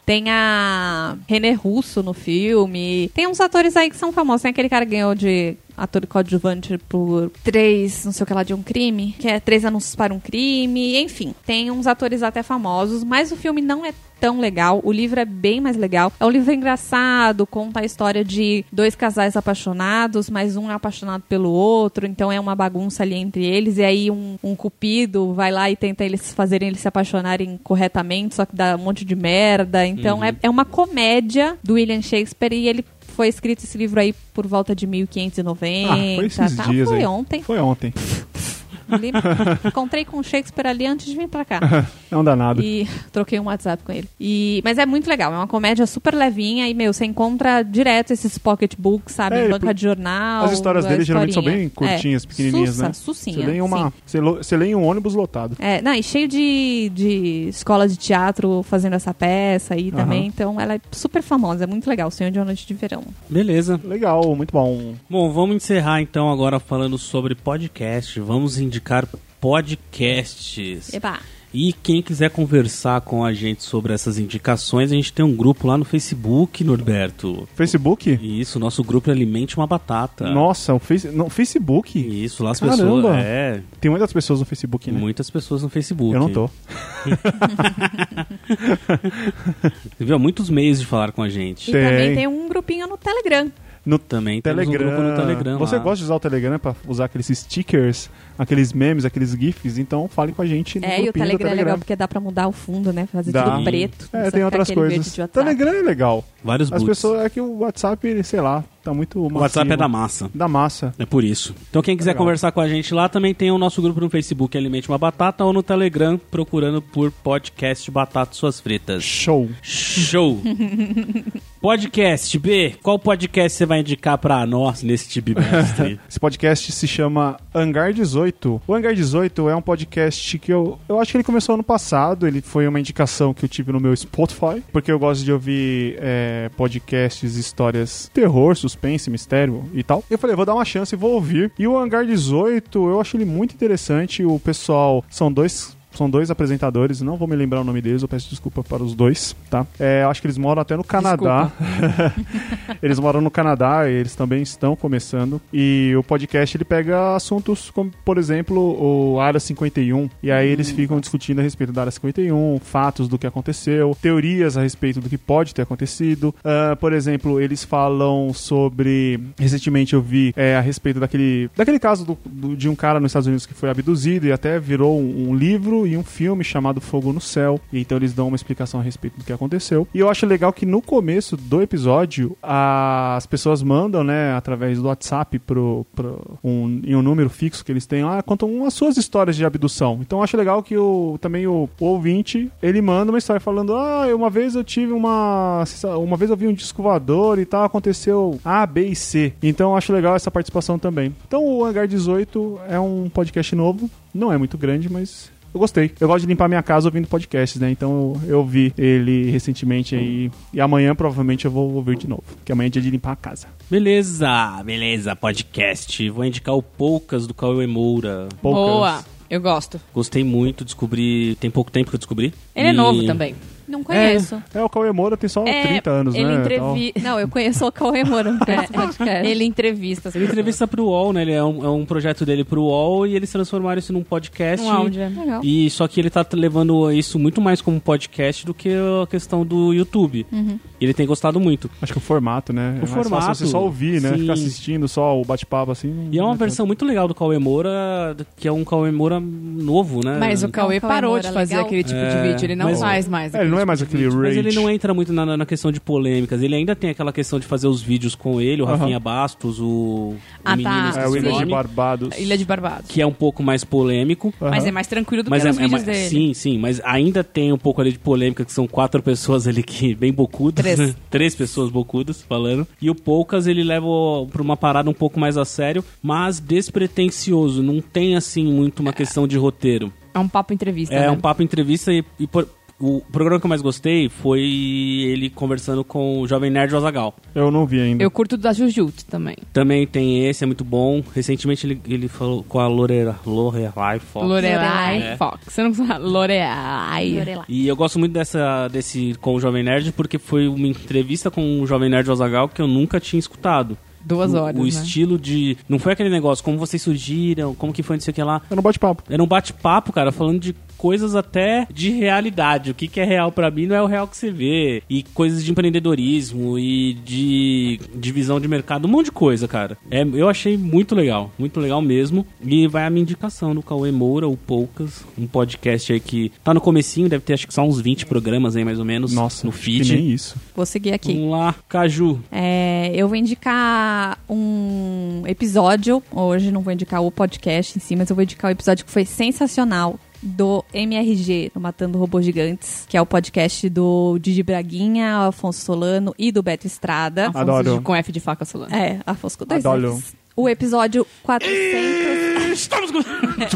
Tem a René Russo no filme. Tem uns atores aí que são famosos. Tem aquele cara que ganhou de ator coadjuvante por três, não sei o que lá, de um crime. Que é três anúncios para um crime. Enfim, tem uns atores até famosos. Mas o filme não é tão legal. O livro é bem mais legal. É um livro engraçado, conta a história de dois casais apaixonados, mas um é apaixonado pelo outro, então é uma bagunça ali entre eles, e aí um, um cupido vai lá e tenta eles fazerem eles se apaixonarem corretamente, só que dá um monte de merda. Uhum. Então é, é uma comédia do William Shakespeare e ele foi escrito esse livro aí por volta de 1590. Ah, foi esses tá? dias Foi aí. *laughs* ontem. Foi ontem. Li- Encontrei com o Shakespeare ali antes de vir pra cá. *laughs* É um danado. E *laughs* troquei um WhatsApp com ele. E, mas é muito legal, é uma comédia super levinha e, meu, você encontra direto esses pocketbooks, sabe? É, em ele- banca de jornal. As histórias a dele geralmente são historinha. bem curtinhas, É, pequenininhas, sussa, né? Sucinha, Você lê, em uma, sim. você, lo- você lê em um ônibus lotado. É, não, e cheio de, de escola de teatro fazendo essa peça aí também. Aham. Então ela é super famosa, é muito legal. Senhor de uma Noite de Verão. Beleza. Legal, muito bom. Bom, vamos encerrar então agora falando sobre podcast. Vamos indicar podcasts. Eba! E quem quiser conversar com a gente sobre essas indicações, a gente tem um grupo lá no Facebook, Norberto. Facebook? E Isso, nosso grupo é Alimente uma Batata. Nossa, o face, não, Facebook? E Isso, lá as Caramba. pessoas. É, Tem muitas pessoas no Facebook, né? muitas pessoas no Facebook. Eu não tô. Você viu? Muitos meios de falar com a gente. E Tem. também tem um grupinho no Telegram. No Também temos um Telegram. grupo no Telegram. Você lá. gosta de usar o Telegram pra usar aqueles stickers, aqueles memes, aqueles gifs? Então fale com a gente no é, e grupinho o Telegram, do é legal Telegram. porque dá pra mudar o fundo, né? Fazer Dá. tudo preto. não É, só tem ficar outras aquele verde coisas. de WhatsApp. Telegram é legal. Vários As boots. pessoas é que o WhatsApp, sei lá, tá muito O WhatsApp macio. é da massa. da massa. É por isso. Então quem quiser Legal. conversar com a gente lá, também tem o nosso grupo no Facebook Alimente uma Batata ou no Telegram procurando por podcast Batata Suas Fritas. Show. Show! podcast, B, qual podcast você vai indicar pra nós *laughs* nesse bimestre? Esse podcast se chama Hangar 18. O Hangar 18 é um podcast que eu, eu acho que ele começou ano passado. Ele foi uma indicação que eu tive no meu Spotify, porque eu gosto de ouvir é, podcasts, histórias, terror, suspense, mistério e tal. Eu falei, vou dar uma chance e vou ouvir. E o Hangar 18, eu acho ele muito interessante. O pessoal são dois são dois apresentadores, não vou me lembrar o nome deles, eu peço desculpa para os dois, tá? É, eu acho que eles moram até no Canadá. eles moram no Canadá e eles também estão começando. E o podcast ele pega assuntos como, por exemplo, o Área 51. E aí eles ficam discutindo a respeito da Área 51, fatos do que aconteceu, teorias a respeito do que pode ter acontecido. Ah, por exemplo, eles falam sobre. Recentemente eu vi é, a respeito daquele, daquele caso do- do- de um cara nos Estados Unidos que foi abduzido e até virou um, um livro livro e um filme chamado Fogo no Céu. E então eles dão uma explicação a respeito do que aconteceu. E eu acho legal que no começo do episódio, a- as pessoas mandam, né, através do WhatsApp pro, pro- um, em um número fixo que eles têm lá, contam as suas histórias de abdução. Então eu acho legal que o, também o, o ouvinte, ele manda uma história falando, ah, uma vez eu tive uma... Uma vez eu vi um disco voador e tal, aconteceu A, B e C. Então eu acho legal essa participação também. Então o Hangar 18 é um podcast novo, não é muito grande, mas eu gostei. Eu gosto de limpar minha casa ouvindo podcasts, né? Então eu vi ele recentemente aí. E amanhã provavelmente eu vou ouvir de novo. Porque amanhã é dia de limpar a casa. Beleza, beleza, podcast. Vou indicar o Poucas do Cauê Moura. Poucas. Boa. Eu gosto. Gostei muito, descobri. Tem pouco tempo que eu descobri. Ele é E- novo também. Não conheço. É, o Cauê Moura tem só É, 30 anos, ele né? entrevi- Não, eu conheço o Cauê Moura, não conheço o *laughs* podcast. Ele entrevista. as Ele pessoas. entrevista pro UOL, né? Ele é um, é um projeto dele pro UOL e eles transformaram isso num podcast. Um áudio. é. Legal. E só que ele tá levando isso muito mais como podcast do que a questão do YouTube. Uhum. Ele tem gostado muito. Tal. Acho que o formato, né? é mais fácil formato, você só ouvir, né? sim. Ficar assistindo só o bate-papo assim. E é não uma tanto. versão muito legal do Cauê Moura, que é um Cauê Moura novo, né? Mas o Cauê É um Cauê parou Moura, de fazer legal. aquele tipo de É, vídeo. Ele não mas- faz mais. É, ele não é aquele mais tipo aquele rage. Mas ele é não entra muito na, na questão de polêmicas. Ele ainda tem aquela questão de fazer os vídeos com ele, o Aham. Rafinha Bastos, o, o Ah, tá. menino É, esqueci o Ilha de nome, Barbados. tipo de- Ilha de Barbados. que é um pouco mais polêmico. Aham. Mas é mais tranquilo do Mas que é, os é vídeos mais- dele. sim, sim, mas ainda tem um pouco ali de polêmica, que são quatro pessoas ali que *laughs* bem bocudas. né? Três. Três pessoas bocudas falando. E o Poucas ele leva o- pra uma parada um pouco mais a sério, mas despretensioso. Não tem assim muito uma questão de roteiro. É um papo entrevista. É né? um papo entrevista e, e por- o programa que eu mais gostei foi ele conversando com o Jovem Nerd Azagal. Eu não vi ainda. Eu curto da Jujutsu também. Também tem esse, é muito bom. Recentemente ele, ele falou com a Lorera, Lorelai Fox. Lorelai É. Fox. Você não sabe. Lorelai. Lorelai. E eu gosto muito dessa, desse com o Jovem Nerd, porque foi uma entrevista com o Jovem Nerd Azagal que eu nunca tinha escutado. Duas O- horas, O né? estilo de. Não foi aquele negócio, como vocês surgiram, como que foi, não sei o que lá. É no bate-papo. Era um bate-papo, cara, falando de coisas até de realidade. O que, que é real pra mim não é o real que você vê. E coisas de empreendedorismo e de divisão de mercado, um monte de coisa, cara. É, eu achei muito legal, muito legal mesmo. E vai a minha indicação do Cauê Moura, o Poucas, um podcast aí que tá no comecinho, deve ter acho que só uns 20 programas aí mais ou menos Nossa, no acho que feed. nem isso. É Vou seguir aqui. Vamos lá, Caju. É, eu vou indicar um episódio. Hoje não vou indicar o podcast em si, mas eu vou indicar o episódio que foi sensacional do MRG, do Matando Robôs Gigantes, que é o podcast do Didi Braguinha, Afonso Solano e do Beto Estrada. Afonso Adoro. de- Com F de faca solana. *laughs* É, Afonso com dois Adoro. Fs. O episódio 400. Estamos com... *laughs*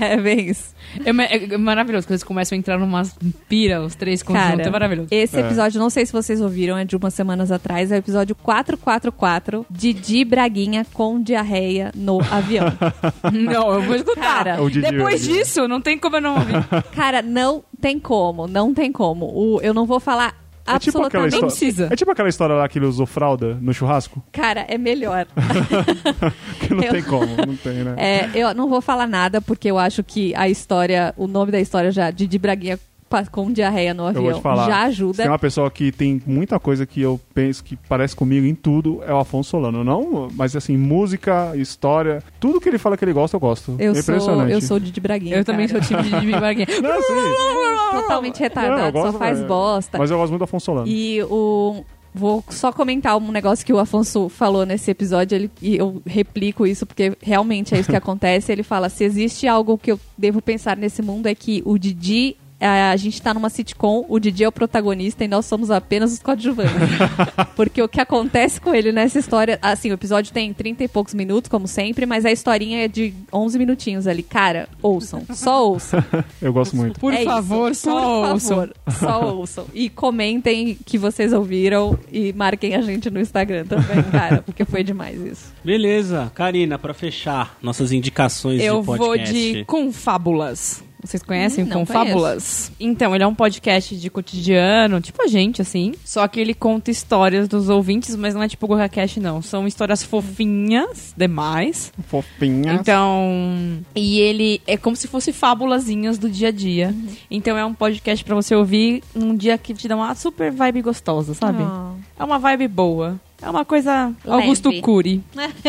é, bem isso. É, ma- é maravilhoso, quando eles começam a entrar numa pira, os três conjuntos, Cara, é maravilhoso. Esse É. episódio, não sei se vocês ouviram, é de umas semanas atrás, é o episódio 444, Didi Braguinha com diarreia *laughs* no avião. *laughs* Não, eu vou escutar. Cara, É o Didi, Depois é o Didi. disso, não tem como eu não ouvir. Cara, não tem como, não tem como. O, eu não vou falar absolutamente. É história. precisa. É tipo aquela história lá que ele usou fralda no churrasco. *laughs* Cara, é melhor. *laughs* Que não Eu- tem como, não tem, né? *laughs* É, eu não vou falar nada, porque eu acho que a história, o nome da história já, Didi Braguinha pa- com diarreia no Eu vou avião, te falar. já Se tem ajuda. uma pessoa que tem muita coisa que eu penso que parece comigo em tudo, é o Afonso Solano. Não, mas assim, música, história, tudo que ele fala que ele gosta, eu gosto. Eu é sou, impressionante. eu sou Didi Braguinha. *laughs* Eu também sou cara. time de Jimmy Barguinha. Não, *laughs* assim, totalmente não, eu retardado, gosto, só faz é, bosta. Mas eu gosto muito do Afonso Solano. E o. Vou só comentar um negócio que o Afonso falou nesse episódio, ele- e eu replico isso porque realmente é isso que acontece. Ele fala: se existe algo que eu devo pensar nesse mundo é que o Didi. A a gente tá numa sitcom, o Didi é o protagonista e nós somos apenas os coadjuvantes. Porque o que acontece com ele nessa história, assim, o episódio tem 30 e poucos minutos, como sempre, mas a historinha é de 11 minutinhos ali. Cara, ouçam, só ouçam. Eu gosto muito. Por É isso. favor, só Por ouçam. favor, só ouçam. E comentem que vocês ouviram e marquem a gente no Instagram também, cara, porque foi demais isso. Beleza, Karina, pra fechar nossas indicações Eu de vou podcast. de Confábulas. Vocês conhecem Hum, não Confábulas? Então, ele é um podcast de cotidiano, tipo a gente, assim. Só que ele conta histórias dos ouvintes, mas não é tipo GorraCast, não. São histórias fofinhas demais. Fofinha. Então, e ele é como se fosse fábulazinhas do dia a dia. Então é um podcast pra você ouvir um dia que te dá uma super vibe gostosa, sabe? É uma vibe boa. É uma coisa Ah. Leve. Augusto Cury,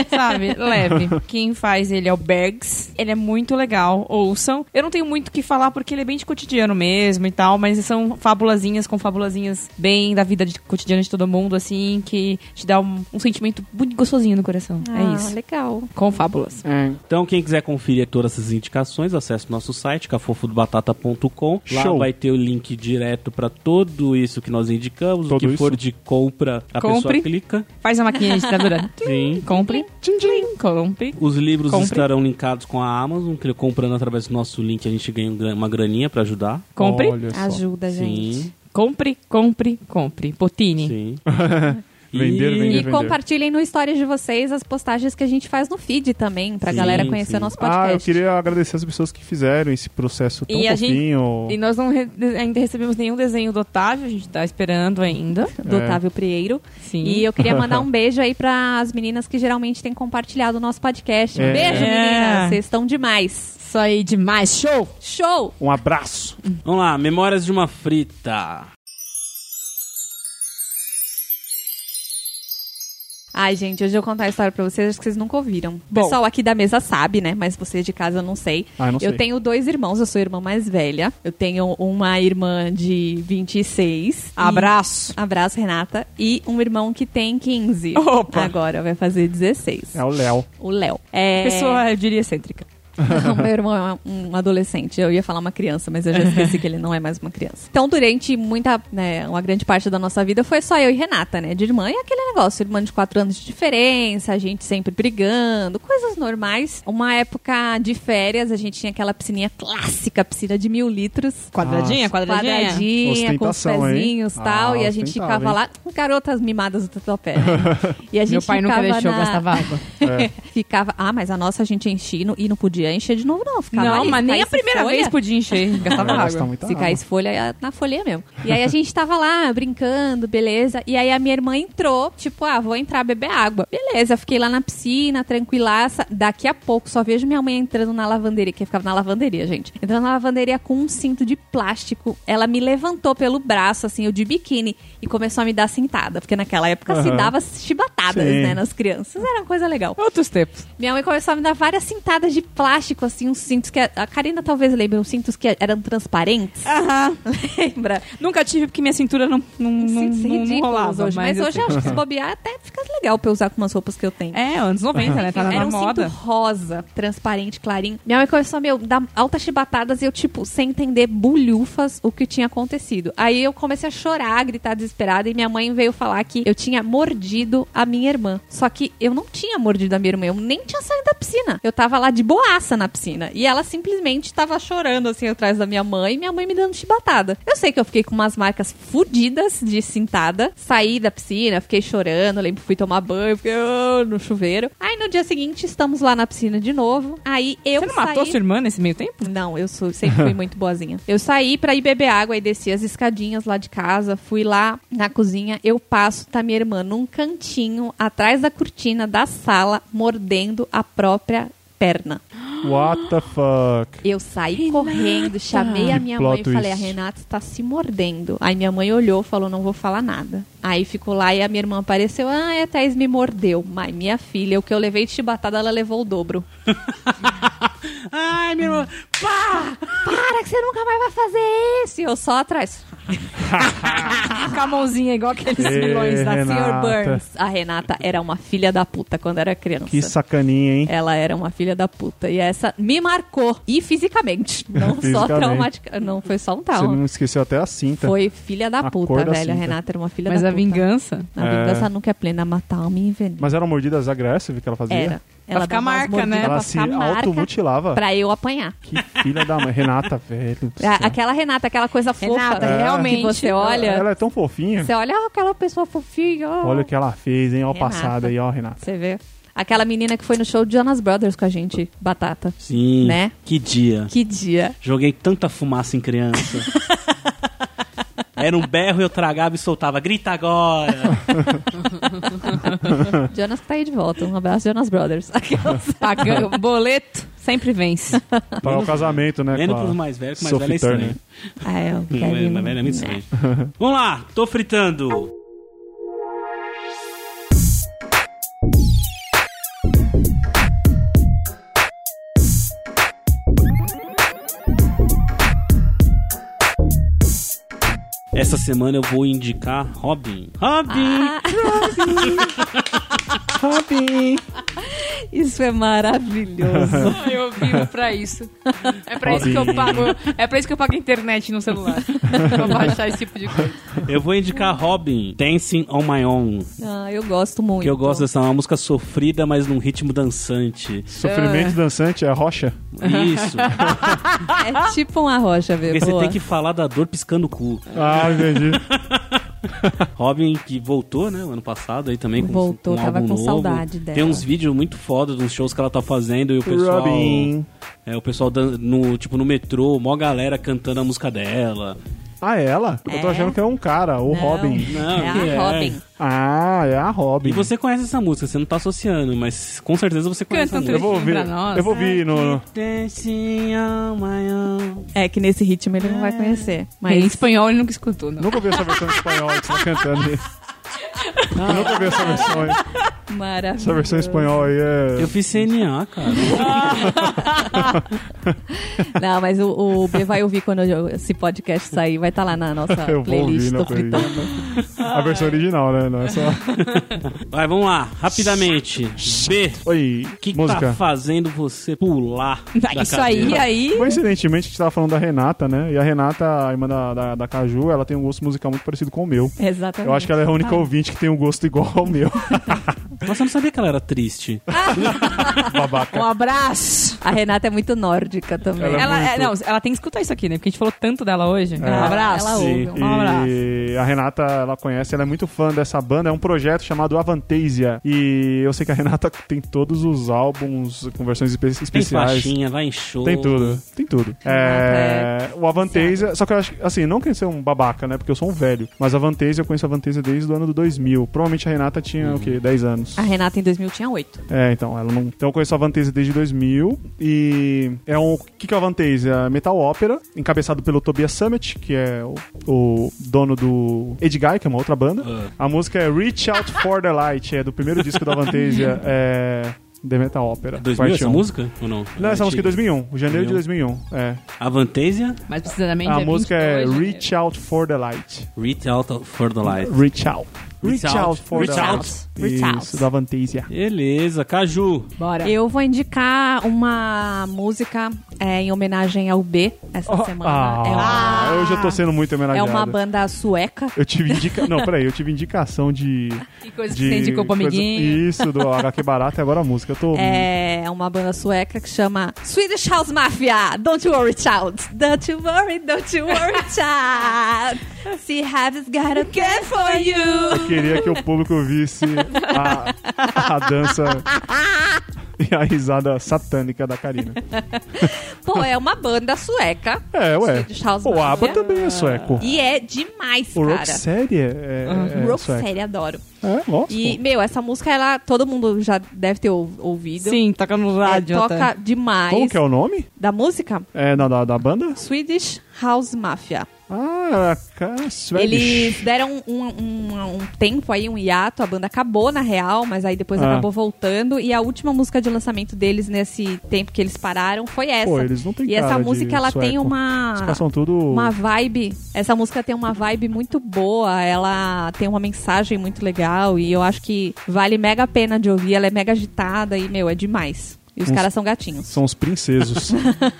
sabe? Leve. Quem faz ele é o Bergs. Ele é muito legal, ouçam. Eu não tenho muito o que falar porque ele é bem de cotidiano mesmo e tal, mas são fabulazinhas com fabulazinhas bem da vida de- cotidiana de todo mundo, assim, que te dá um, um sentimento muito gostosinho no coração. Ah, é isso. legal. Com fábulas. Então, quem quiser conferir todas essas indicações, acesse o nosso site, cafofodobatata.com. Lá Show. vai ter o link direto para tudo isso que nós indicamos. o Tudo que isso? for de compra, a Compre. pessoa clica. Faz a maquininha de ditadura. *laughs* Sim. Compre. Tchim, Compre. Os livros Compre. estarão linkados com a Amazon, que comprando através do nosso link a gente ganha um gra- uma graninha para ajudar. Compre. Olha só. Ajuda, gente. Sim, Compre, compre, compre. Potini. sim. *laughs* Vender, E- vender. E Entendeu? compartilhem no stories de vocês as postagens que a gente faz no feed também, pra Sim, galera conhecer sim. o nosso Ah, eu podcast. queria agradecer as pessoas que fizeram esse processo tão E a gente- fofinho. E nós não re- ainda recebemos nenhum desenho do Otávio, a gente tá esperando ainda. Do É. Otávio Prieiro. Sim. E eu queria mandar um beijo aí para as meninas que geralmente têm compartilhado o nosso podcast. Um É. beijo, É. meninas. Vocês estão demais. Isso aí demais, show! Show! Um abraço. Vamos lá, Memórias de uma Frita. Ai, gente, hoje eu vou contar a história pra vocês, acho que vocês nunca ouviram. O Bom. pessoal aqui da mesa sabe, né? Mas você de casa eu não sei. Ah, eu não sei. tenho dois irmãos, eu sou a irmã mais velha. Eu tenho uma irmã de 26. e- Abraço! Abraço, Renata. E um irmão que tem 15. Opa! Agora vai fazer 16. É o *laughs* Léo. O Léo. É... Pessoa, eu diria, *laughs* excêntrica. Não, meu irmão é uma- um adolescente. Eu ia falar uma criança, mas eu já esqueci que ele não é mais uma criança. Então, durante muita, né, uma grande parte da nossa vida foi só eu e Renata, né, de irmã. E aquele negócio, irmã de quatro anos de diferença, a gente sempre brigando, coisas normais. Uma época de férias, a gente tinha aquela piscininha clássica, piscina de mil litros. Quadradinha, quadradinha. Quadradinha, com os Ostentação, hein? pezinhos e tal. Ah, e a gente ostentava, ficava hein? lá, garotas mimadas do tatuapé. *laughs* Né? E a gente Meu pai nunca ficava deixou, na... gastava água. *laughs* Ficava. Ah, mas a nossa a gente enchia e não- e não podia encher de novo, não. Ficava Não, ali, mas nem a caísse primeira folha. vez podia encher, gastava Ela água. gosta É, muito da Se água. caísse folha, ia na folha mesmo. E aí a gente tava lá brincando, beleza. E aí a minha irmã entrou, tipo, ah, vou entrar beber água. Beleza, fiquei lá na piscina, tranquilaça. Daqui a pouco só vejo minha mãe entrando na lavanderia, que eu ficava na lavanderia, gente. Entrando na lavanderia com um cinto de plástico. Ela me levantou pelo braço, assim, eu de biquíni, e começou a me dar sentada. Porque naquela época se Aham. dava chibatadas, Sim. né, nas crianças. Era uma coisa legal. Outros tempos. Minha mãe começou a me dar várias cintadas de plástico, assim, uns cintos que. A Karina talvez lembre, uns cintos que eram transparentes. Aham. *laughs* Lembra? Nunca tive porque minha cintura não, não, Uns não, cintos não, não ridículos rolava. assim. hoje. Mas, eu hoje sei. eu acho que se bobear até fica legal pra eu usar com umas roupas que eu tenho. É, anos 90, né? Tá Era na um moda. cinto rosa, transparente, clarinho. Minha mãe começou a meu, dar altas chibatadas e eu, tipo, sem entender, bulhufas, o que tinha acontecido. Aí eu comecei a chorar, a gritar desesperada e minha mãe veio falar que eu tinha mordido a minha irmã. Só que eu não tinha mordido a minha irmã, eu nem tinha saído da piscina. Eu tava lá de boaça na piscina e ela simplesmente tava chorando, assim, atrás da minha mãe e minha mãe me dando chibatada. Eu sei que eu fiquei com umas marcas fodidas de cintada, saí da piscina, fiquei chorando, lembro, que fui tomar banho, fiquei "Ah", no chuveiro. Aí no dia seguinte estamos lá na piscina de novo. Aí eu Você não matou saí... sua irmã nesse meio tempo? Não, eu sou- sempre fui muito boazinha. Eu saí pra ir beber água e desci as escadinhas lá de casa, fui lá na cozinha, eu passo, tá minha irmã num cantinho, atrás da cortina da sala, mordendo a própria perna. What the fuck? Eu saí correndo, chamei a Que minha mãe e plot falei: a twist. Renata está se mordendo. Aí minha mãe olhou, falou: não vou falar nada. Aí ficou lá e a minha irmã apareceu: ah, a Thaís me mordeu. Mas minha filha, o que eu levei de chibatada, ela levou o dobro. Ai, meu irmão. Para que você nunca mais vai fazer isso! E eu só atrás. Com a mãozinha igual *laughs* aqueles Ê, vilões da Renata. Senhor assim, Burns. Burns. A Renata era uma filha da puta quando era criança. Que sacaninha, hein? Ela era uma filha da puta. E essa me marcou. *laughs* E fisicamente. Não só Fisicamente. traumática. Não foi só um Você trauma. não esqueceu até a cinta. Foi filha da A puta, cor da velho. A cinta. Renata era uma filha Mas da a puta. vingança. A vingança nunca é plena, matar homem e envenenar. Mas eram mordidas agressivas que ela fazia? Era. Ela ficar dava umas marca, mordidas né? Pra Ela se ficar marca automutilava. pra Ah, eu apanhar. Que filha da mãe. Renata, velho. do A- céu. Aquela Renata, aquela coisa Renata, fofa. né? É. realmente. Que você olha, Ela é tão fofinha. você olha "Ah, aquela pessoa fofinha. ó." Olha o que ela fez, hein? Ó, o Renata. passado aí, ó, Renata. Você vê. Aquela menina que foi no show de Jonas Brothers com a gente, Batata. Sim, Né? que dia. Que dia. Joguei tanta fumaça em criança. Era um berro, eu tragava e soltava. Grita agora! Jonas que tá aí de volta. Um abraço, Jonas Brothers. *laughs* *laughs* Aquelas- Pagando boleto, sempre vence. Para o casamento, né? Menos com a- pros mais velhos, que mais Sophie velho é estranho. Turner. ah, eu Hum, é, *laughs* mais velho é muito estranho. Vamos lá, tô fritando. Essa semana eu vou indicar Robin. Robin! Robin! Isso é *laughs* maravilhoso. Ah, Eu vivo pra isso. É pra isso que eu pago. É pra isso que eu pago internet no celular. pra baixar esse tipo de coisa. Eu vou indicar Robin, Dancing on My Own. Ah, eu gosto muito. Que eu gosto dessa é uma música sofrida, mas num ritmo dançante. Ah. Sofrimento dançante é rocha? *laughs* Isso. É tipo uma rocha, Porque velho. você boa. tem que falar da dor piscando o cu. Ah, *laughs* entendi. Robin, que voltou, né, o ano passado aí também. Com, Voltou, com um tava álbum com novo. saudade dela. Tem uns vídeos muito foda dos shows que ela tá fazendo e o pessoal... Robin. É, o pessoal dan- no, tipo, no metrô, mó galera cantando a música dela. Ah, é ela? Eu tô É. achando que é um cara, o Não. Robin. Não, É a que Robin. Ah, é a Robin. E você conhece essa música, você não tá associando, mas com certeza você conhece Canta um essa Eu música. vou ouvir. Pra nós. Eu vou ouvir né? no. Dancing on my own. É que nesse ritmo ele Ah. não vai conhecer. Em *laughs* Mas espanhol ele nunca escutou, não. Nunca ouvi essa versão em espanhol que você tá cantando aí. Eu nunca ouvi essa versão aí. Essa maravilhoso. versão em espanhol aí é. Eu fiz CNA, cara. Não, mas o, o B vai ouvir quando eu- esse podcast sair. Vai estar lá na nossa *laughs* Eu vou ouvir playlist. na Tô playlist. fritando. A versão original, né? Não é só. Vai, vamos lá, rapidamente. B, Oi, o que, que tá música. fazendo *laughs* você pular? da Isso aí, cadeira? aí. Coincidentemente, a gente tava falando da Renata, né? E a Renata, a irmã da, da, da Caju, ela tem um gosto musical muito parecido com o meu. Exatamente. Eu acho que ela é a única ouvinte que tem um gosto igual ao meu. Nossa, eu não sabia que ela era triste. Um abraço. A Renata é muito nórdica também. Ela é Ela, muito- É. é- não, ela tem que escutar isso aqui, né? Porque a gente falou tanto dela hoje. Ela- Um abraço. Ela ouve. Sim. Um abraço. E a Renata, ela conhece, ela é muito fã dessa banda. É um projeto chamado Avantasia. E eu sei que a Renata *laughs* tem todos os álbuns com versões espe- Tem especiais. faixinha, vai em show. Tem tudo, tem tudo. É, o Avantasia, só que eu acho, que, assim, não quero ser um babaca, né? Porque eu sou um velho. Mas a Avantasia, eu conheço a Avantasia desde o ano do 2000. Provavelmente a Renata tinha, o quê? 10 anos. A Renata em 2000 tinha oito. É, então, ela não. Então eu conheço a Avantasia desde 2000 e é um. O que, que é a Avantasia? Metal ópera, encabeçado pelo Tobias Summit, que é o, o dono do Edguy, que é uma outra banda. Ah. A música é Reach Out for the Light, é do primeiro disco da Avantasia, é. The Metal Opera. 2000 parte essa um. música? Ou não? Não, essa música é Antiga. 2001, o janeiro de 2001. É. Avantasia, Mas precisamente. A é música é 22, né? Reach Out for the Light. Reach Out for the Light. Reach Out. Reach Out. Reach Out. Reach Out. Isso, da Avantasia. Beleza, Caju. Bora. Eu vou indicar uma música é, em homenagem ao B essa semana. é uma, Oh. Ah, hoje eu tô sendo muito é homenageado. uma banda sueca. Eu tive indica... Não, peraí, eu tive indicação *laughs* de. Que coisa que de você indicou pro coisa- amiguinho. Isso, do HQ Barata e agora a música. Eu tô. É uma banda sueca que chama Swedish House Mafia. Don't you worry, child. Don't you worry, don't *laughs* you worry, child. See, has got a care for you. Eu queria que o público visse a, a dança e a risada satânica da Karina. Pô, é uma banda sueca. É, ué. Swedish House O Mafia. ABBA também é sueco. E é demais, O cara. Rocksteady é, é, é sueco. Rocksteady, adoro. É, lógico. E, meu, essa música, ela, todo mundo já deve ter ou- ouvido. Sim, toca no É, rádio. toca até. demais. Como que é o nome? Da música? É, da, da, da banda? Swedish House Mafia. Ah, cara, Eles Swedish. deram um, um- um tempo aí, um hiato, a banda acabou na real, mas aí depois Ah. acabou voltando. E a última música de lançamento deles nesse tempo que eles pararam foi essa. Pô, eles não têm e essa cara de música, ela tem sueco. Eles uma. passam tudo. Uma vibe. Essa música tem uma vibe muito boa. Ela tem uma mensagem muito legal. E eu acho que vale mega a pena de ouvir. Ela é mega agitada e, meu, é demais. E os Uns- caras são gatinhos. São os princesos.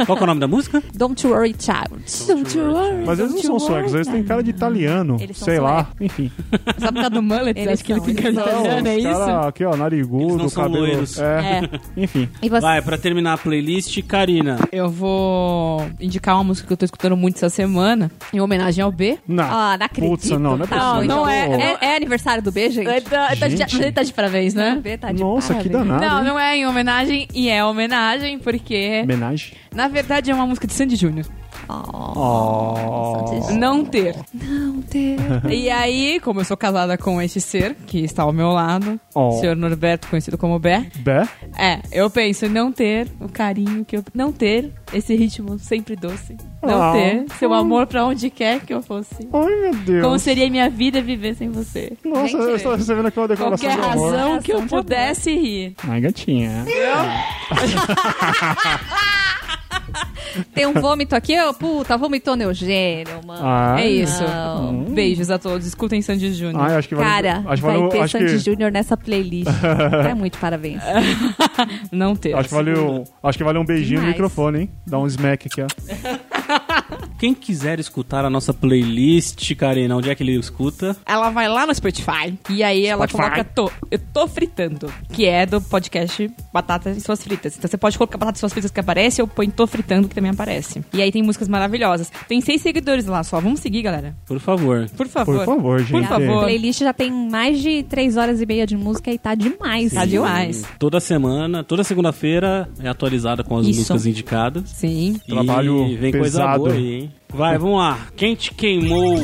Qual que é o nome *laughs* da música? Don't you worry, child. Don't you worry. Mas eles não são suecos, eles têm cara de italiano. Eles são sei lá. Enfim. Só por causa do mullet, Eles acho que ele são, tem cara de eles são. italiano, é Os isso? cara aqui, ó, narigudo, Eles não são cabelo. loiros. É. É. Enfim. E você? Vai, pra terminar a playlist, Karina. Eu vou indicar uma música que eu tô escutando muito essa semana, em homenagem ao B. Não. Ah, não acredito. Putz, não, não é Tá possível. bom, Não, então. é- É, é aniversário do B, gente? Gente. Ele É, tá de parabéns, né? B tá de Nossa, que parabéns. danado. Não, hein? não é em homenagem, e é homenagem porque, Homenagem. na verdade, é uma música de Sandy Júnior. Oh, Ó. Não *laughs* ter. não tem. E aí, como eu sou casada com este ser, que está ao meu lado, Oh. o senhor Norberto, conhecido como Bé, Bé? é, eu penso em não ter o carinho que eu. Não ter esse ritmo sempre doce. Não Oh. ter seu amor pra onde quer que eu fosse. Ai, meu Deus. Como seria minha vida viver sem você? Nossa, Gente, eu estou recebendo aqui uma declaração Qualquer de amor. razão que eu Declaração de amor. pudesse rir. Ai, gatinha. Tem um vômito aqui, ô puta, vomitou meu gênio, mano. Ah, Hum. é isso. não. Beijos a todos. Escutem Sandy Júnior. Ah, eu acho que vale- Cara, acho que vai valeu, ter acho Sandy que, Júnior nessa *laughs* playlist. é muito parabéns. *laughs* Não ter. acho que valeu, acho que valeu um beijinho no Demais. microfone, hein? Dá um smack aqui, ó. Quem quiser escutar a nossa playlist, Karina, onde é que ele escuta? Ela vai lá no Spotify e aí ela coloca tô, Eu Tô Fritando, que é do podcast Batatas e Suas Fritas. Então você pode colocar Batatas e Suas Fritas que aparece ou põe Tô Fritando que também aparece. E aí tem músicas maravilhosas. Tem seis seguidores lá só. Vamos seguir, galera. Por favor. Por favor. Por favor, gente. Por favor. A playlist já tem mais de três horas e meia de música e tá demais. Tá demais. Toda semana, toda segunda-feira é atualizada com as Isso. músicas indicadas. Sim. Trabalho e vem coisa pesado. boa aí, hein? Vai, vamos lá. Quem te queimou?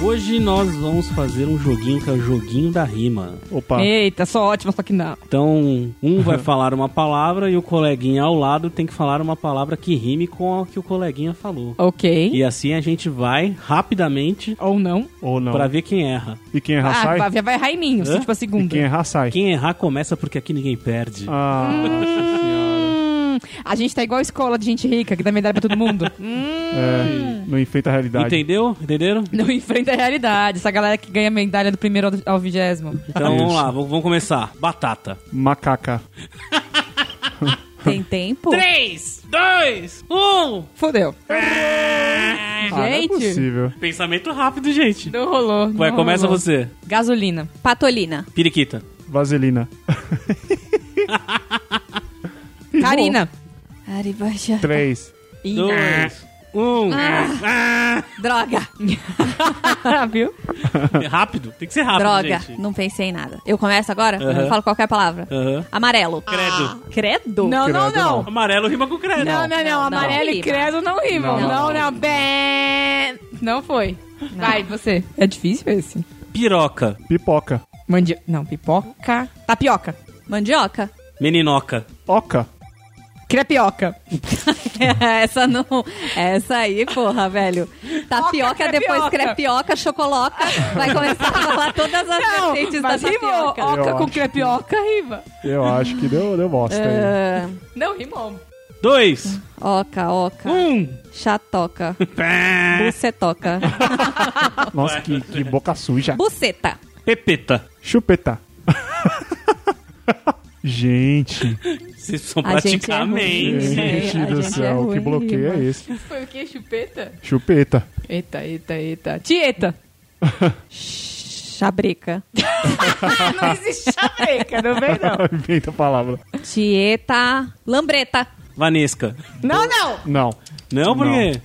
Hoje nós vamos fazer um joguinho que é o joguinho da rima. Opa. Eita, só ótima, só que não. Então, *laughs* um vai falar uma palavra e o coleguinha ao lado tem que falar uma palavra que rime com a que o coleguinha falou. Ok. E assim a gente vai rapidamente Ou não. Ou não. pra ver quem erra. E quem errar Ah, sai? vai, vai errar em mim, Hã? assim, tipo a E segunda. quem é errar sai. Quem errar começa porque aqui ninguém perde. Ah, Hum, a gente tá igual a escola de gente rica, que dá medalha pra todo *laughs* mundo. hum, é, não enfrenta a realidade. Entendeu? Entenderam? não enfrenta a realidade. Essa galera que ganha medalha do primeiro ao- ao vigésimo. Então vamos Isso. lá, v- vamos começar. Batata. Macaca. Tem tempo? 3, 2, 1. Fodeu. Ah, não é Gente. possível. Pensamento rápido, gente. Não rolou. Vai, não começa rolou. você. *laughs* Gasolina. Patolina. Periquita. Vaselina. *laughs* Karina. Aribaja. Três. Dois, um. Droga. *laughs* Viu? É Rápido. Tem que ser rápido, Droga. gente. Não pensei em nada. Eu começo agora? Aham. Eu falo qualquer palavra. Aham. Amarelo. Credo. Ah, credo? Não, não, Credo, não. Amarelo rima com credo. Ah. Não, não, não. não. Amarelo e Rima. credo não rimam. Não. Não, não. Bem... Não foi. Vai, você. É difícil esse. Piroca. Pipoca. Mandi... Não, pipoca. Tapioca. Mandioca. Meninoca. Oca. Crepioca. *laughs* essa não. Essa aí, porra, velho. Tá Tapioca, Oca, depois crepioca. crepioca, chocoloca. Vai começar a falar todas as Não, vertentes da mas rimou. tapioca. Eu Oca com acho crepioca, rima. Eu acho que deu, deu bosta aí. Ah, Não, rimou. Dois. oca, oca. Um. Chatoca. *laughs* Bucetoca. Nossa, que, que boca suja. Buceta. Pepeta. Chupeta. *laughs* Gente, Vocês são A gente é praticamente. ruim, né? gente a do gente é céu, que ruim, bloqueio é mas- esse? Foi o quê? Chupeta? Chupeta. Eita, eita, eita. Tieta. Chabrica. *laughs* Não existe chaveca, não vem não. *laughs* Inventa a palavra. Tieta. Lambreta. Vanesca. Não, não. Não. Não, por Não. quê?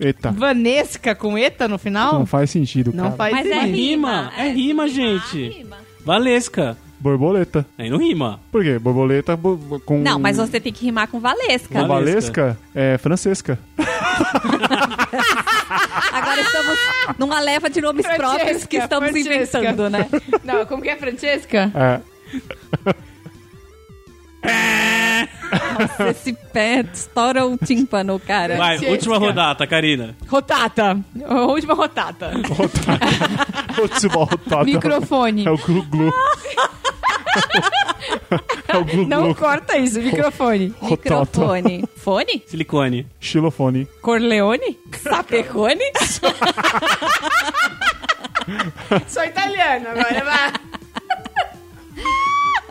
Eita. Vanesca com eta no final? Não faz sentido, Não cara. faz Mas é sentido. rima, rima. é rima, gente. Valesca. Borboleta. Aí não rima. Por quê? Borboleta bo- bo- com... Não, mas assim- você tem que rimar com Valesca. Com Valesca é francesca. Agora estamos numa leva de nomes próprios que estamos Francesca. inventando, né? Não, como que é Francesca? É. Nossa, esse pé estoura o tímpano, cara. Vai, Francesca. última rodada, Karina. Rotata. A Última rotata. Rotata. Futebol rotata. Microfone. É o glu-glu. é o glu-glu. Não corta isso, microfone. Rotata. Microfone. Fone? Silicone. Xilofone. Corleone? Sapecone? Sou italiana agora, vai. *laughs*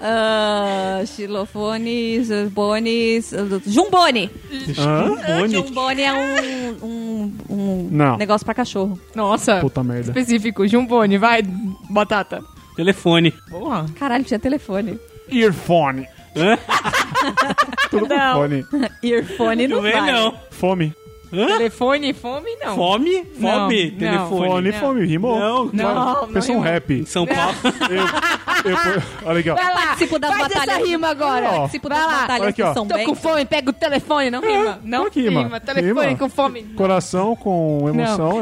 Ah, xilofones, bones. Jumbone. Xilofone. Jumbone é um, um, um Não. negócio pra cachorro. Nossa. Puta merda. Específico, jumbone, vai, batata. Telefone. Boa. Caralho, tinha telefone. *laughs* Earphone. *laughs* Hã? Tudo Não. com fone. Earphone não Também vai. não. Fome. Telefone, fome, não. Fome? Não, Fome. não. Telefone. Fone, Não. fome. Rimou. Não, não, não Pensou um rimou. rap. Em São Paulo. Eu, olha aqui, ó. Vai lá, Participo das faz batalhas. essa rima agora. Ó. Participo Vai das lá. batalhas Olha aqui, que ó. são Tô bem. com fome, pega o telefone, não rima. Não claro É? que rima. Telefone Rima. com fome. Coração com Não, emoção.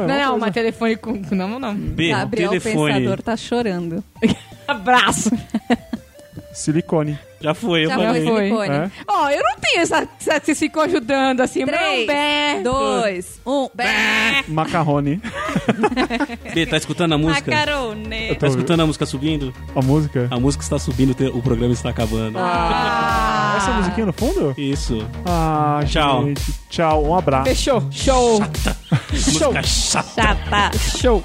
não, é uma não, coisa. mas telefone com... Não, não. B. Gabriel telefone. Pensador tá chorando. Abraço. Silicone. Já foi, eu Já foi falei. foi. silicone. É. Ó, eu não tenho essa, essa que ficou ajudando assim. É. Três, Bé. dois, um. Bé. Macarrone. Bê, tá escutando a música? Macarone. Tá escutando a música subindo? A música. A música está subindo, te- o programa está acabando. Essa musiquinha no fundo? Isso. Ah, Tchau. gente. Tchau. Um abraço. Fechou. Show. Show. Música chata. Chapa. Show.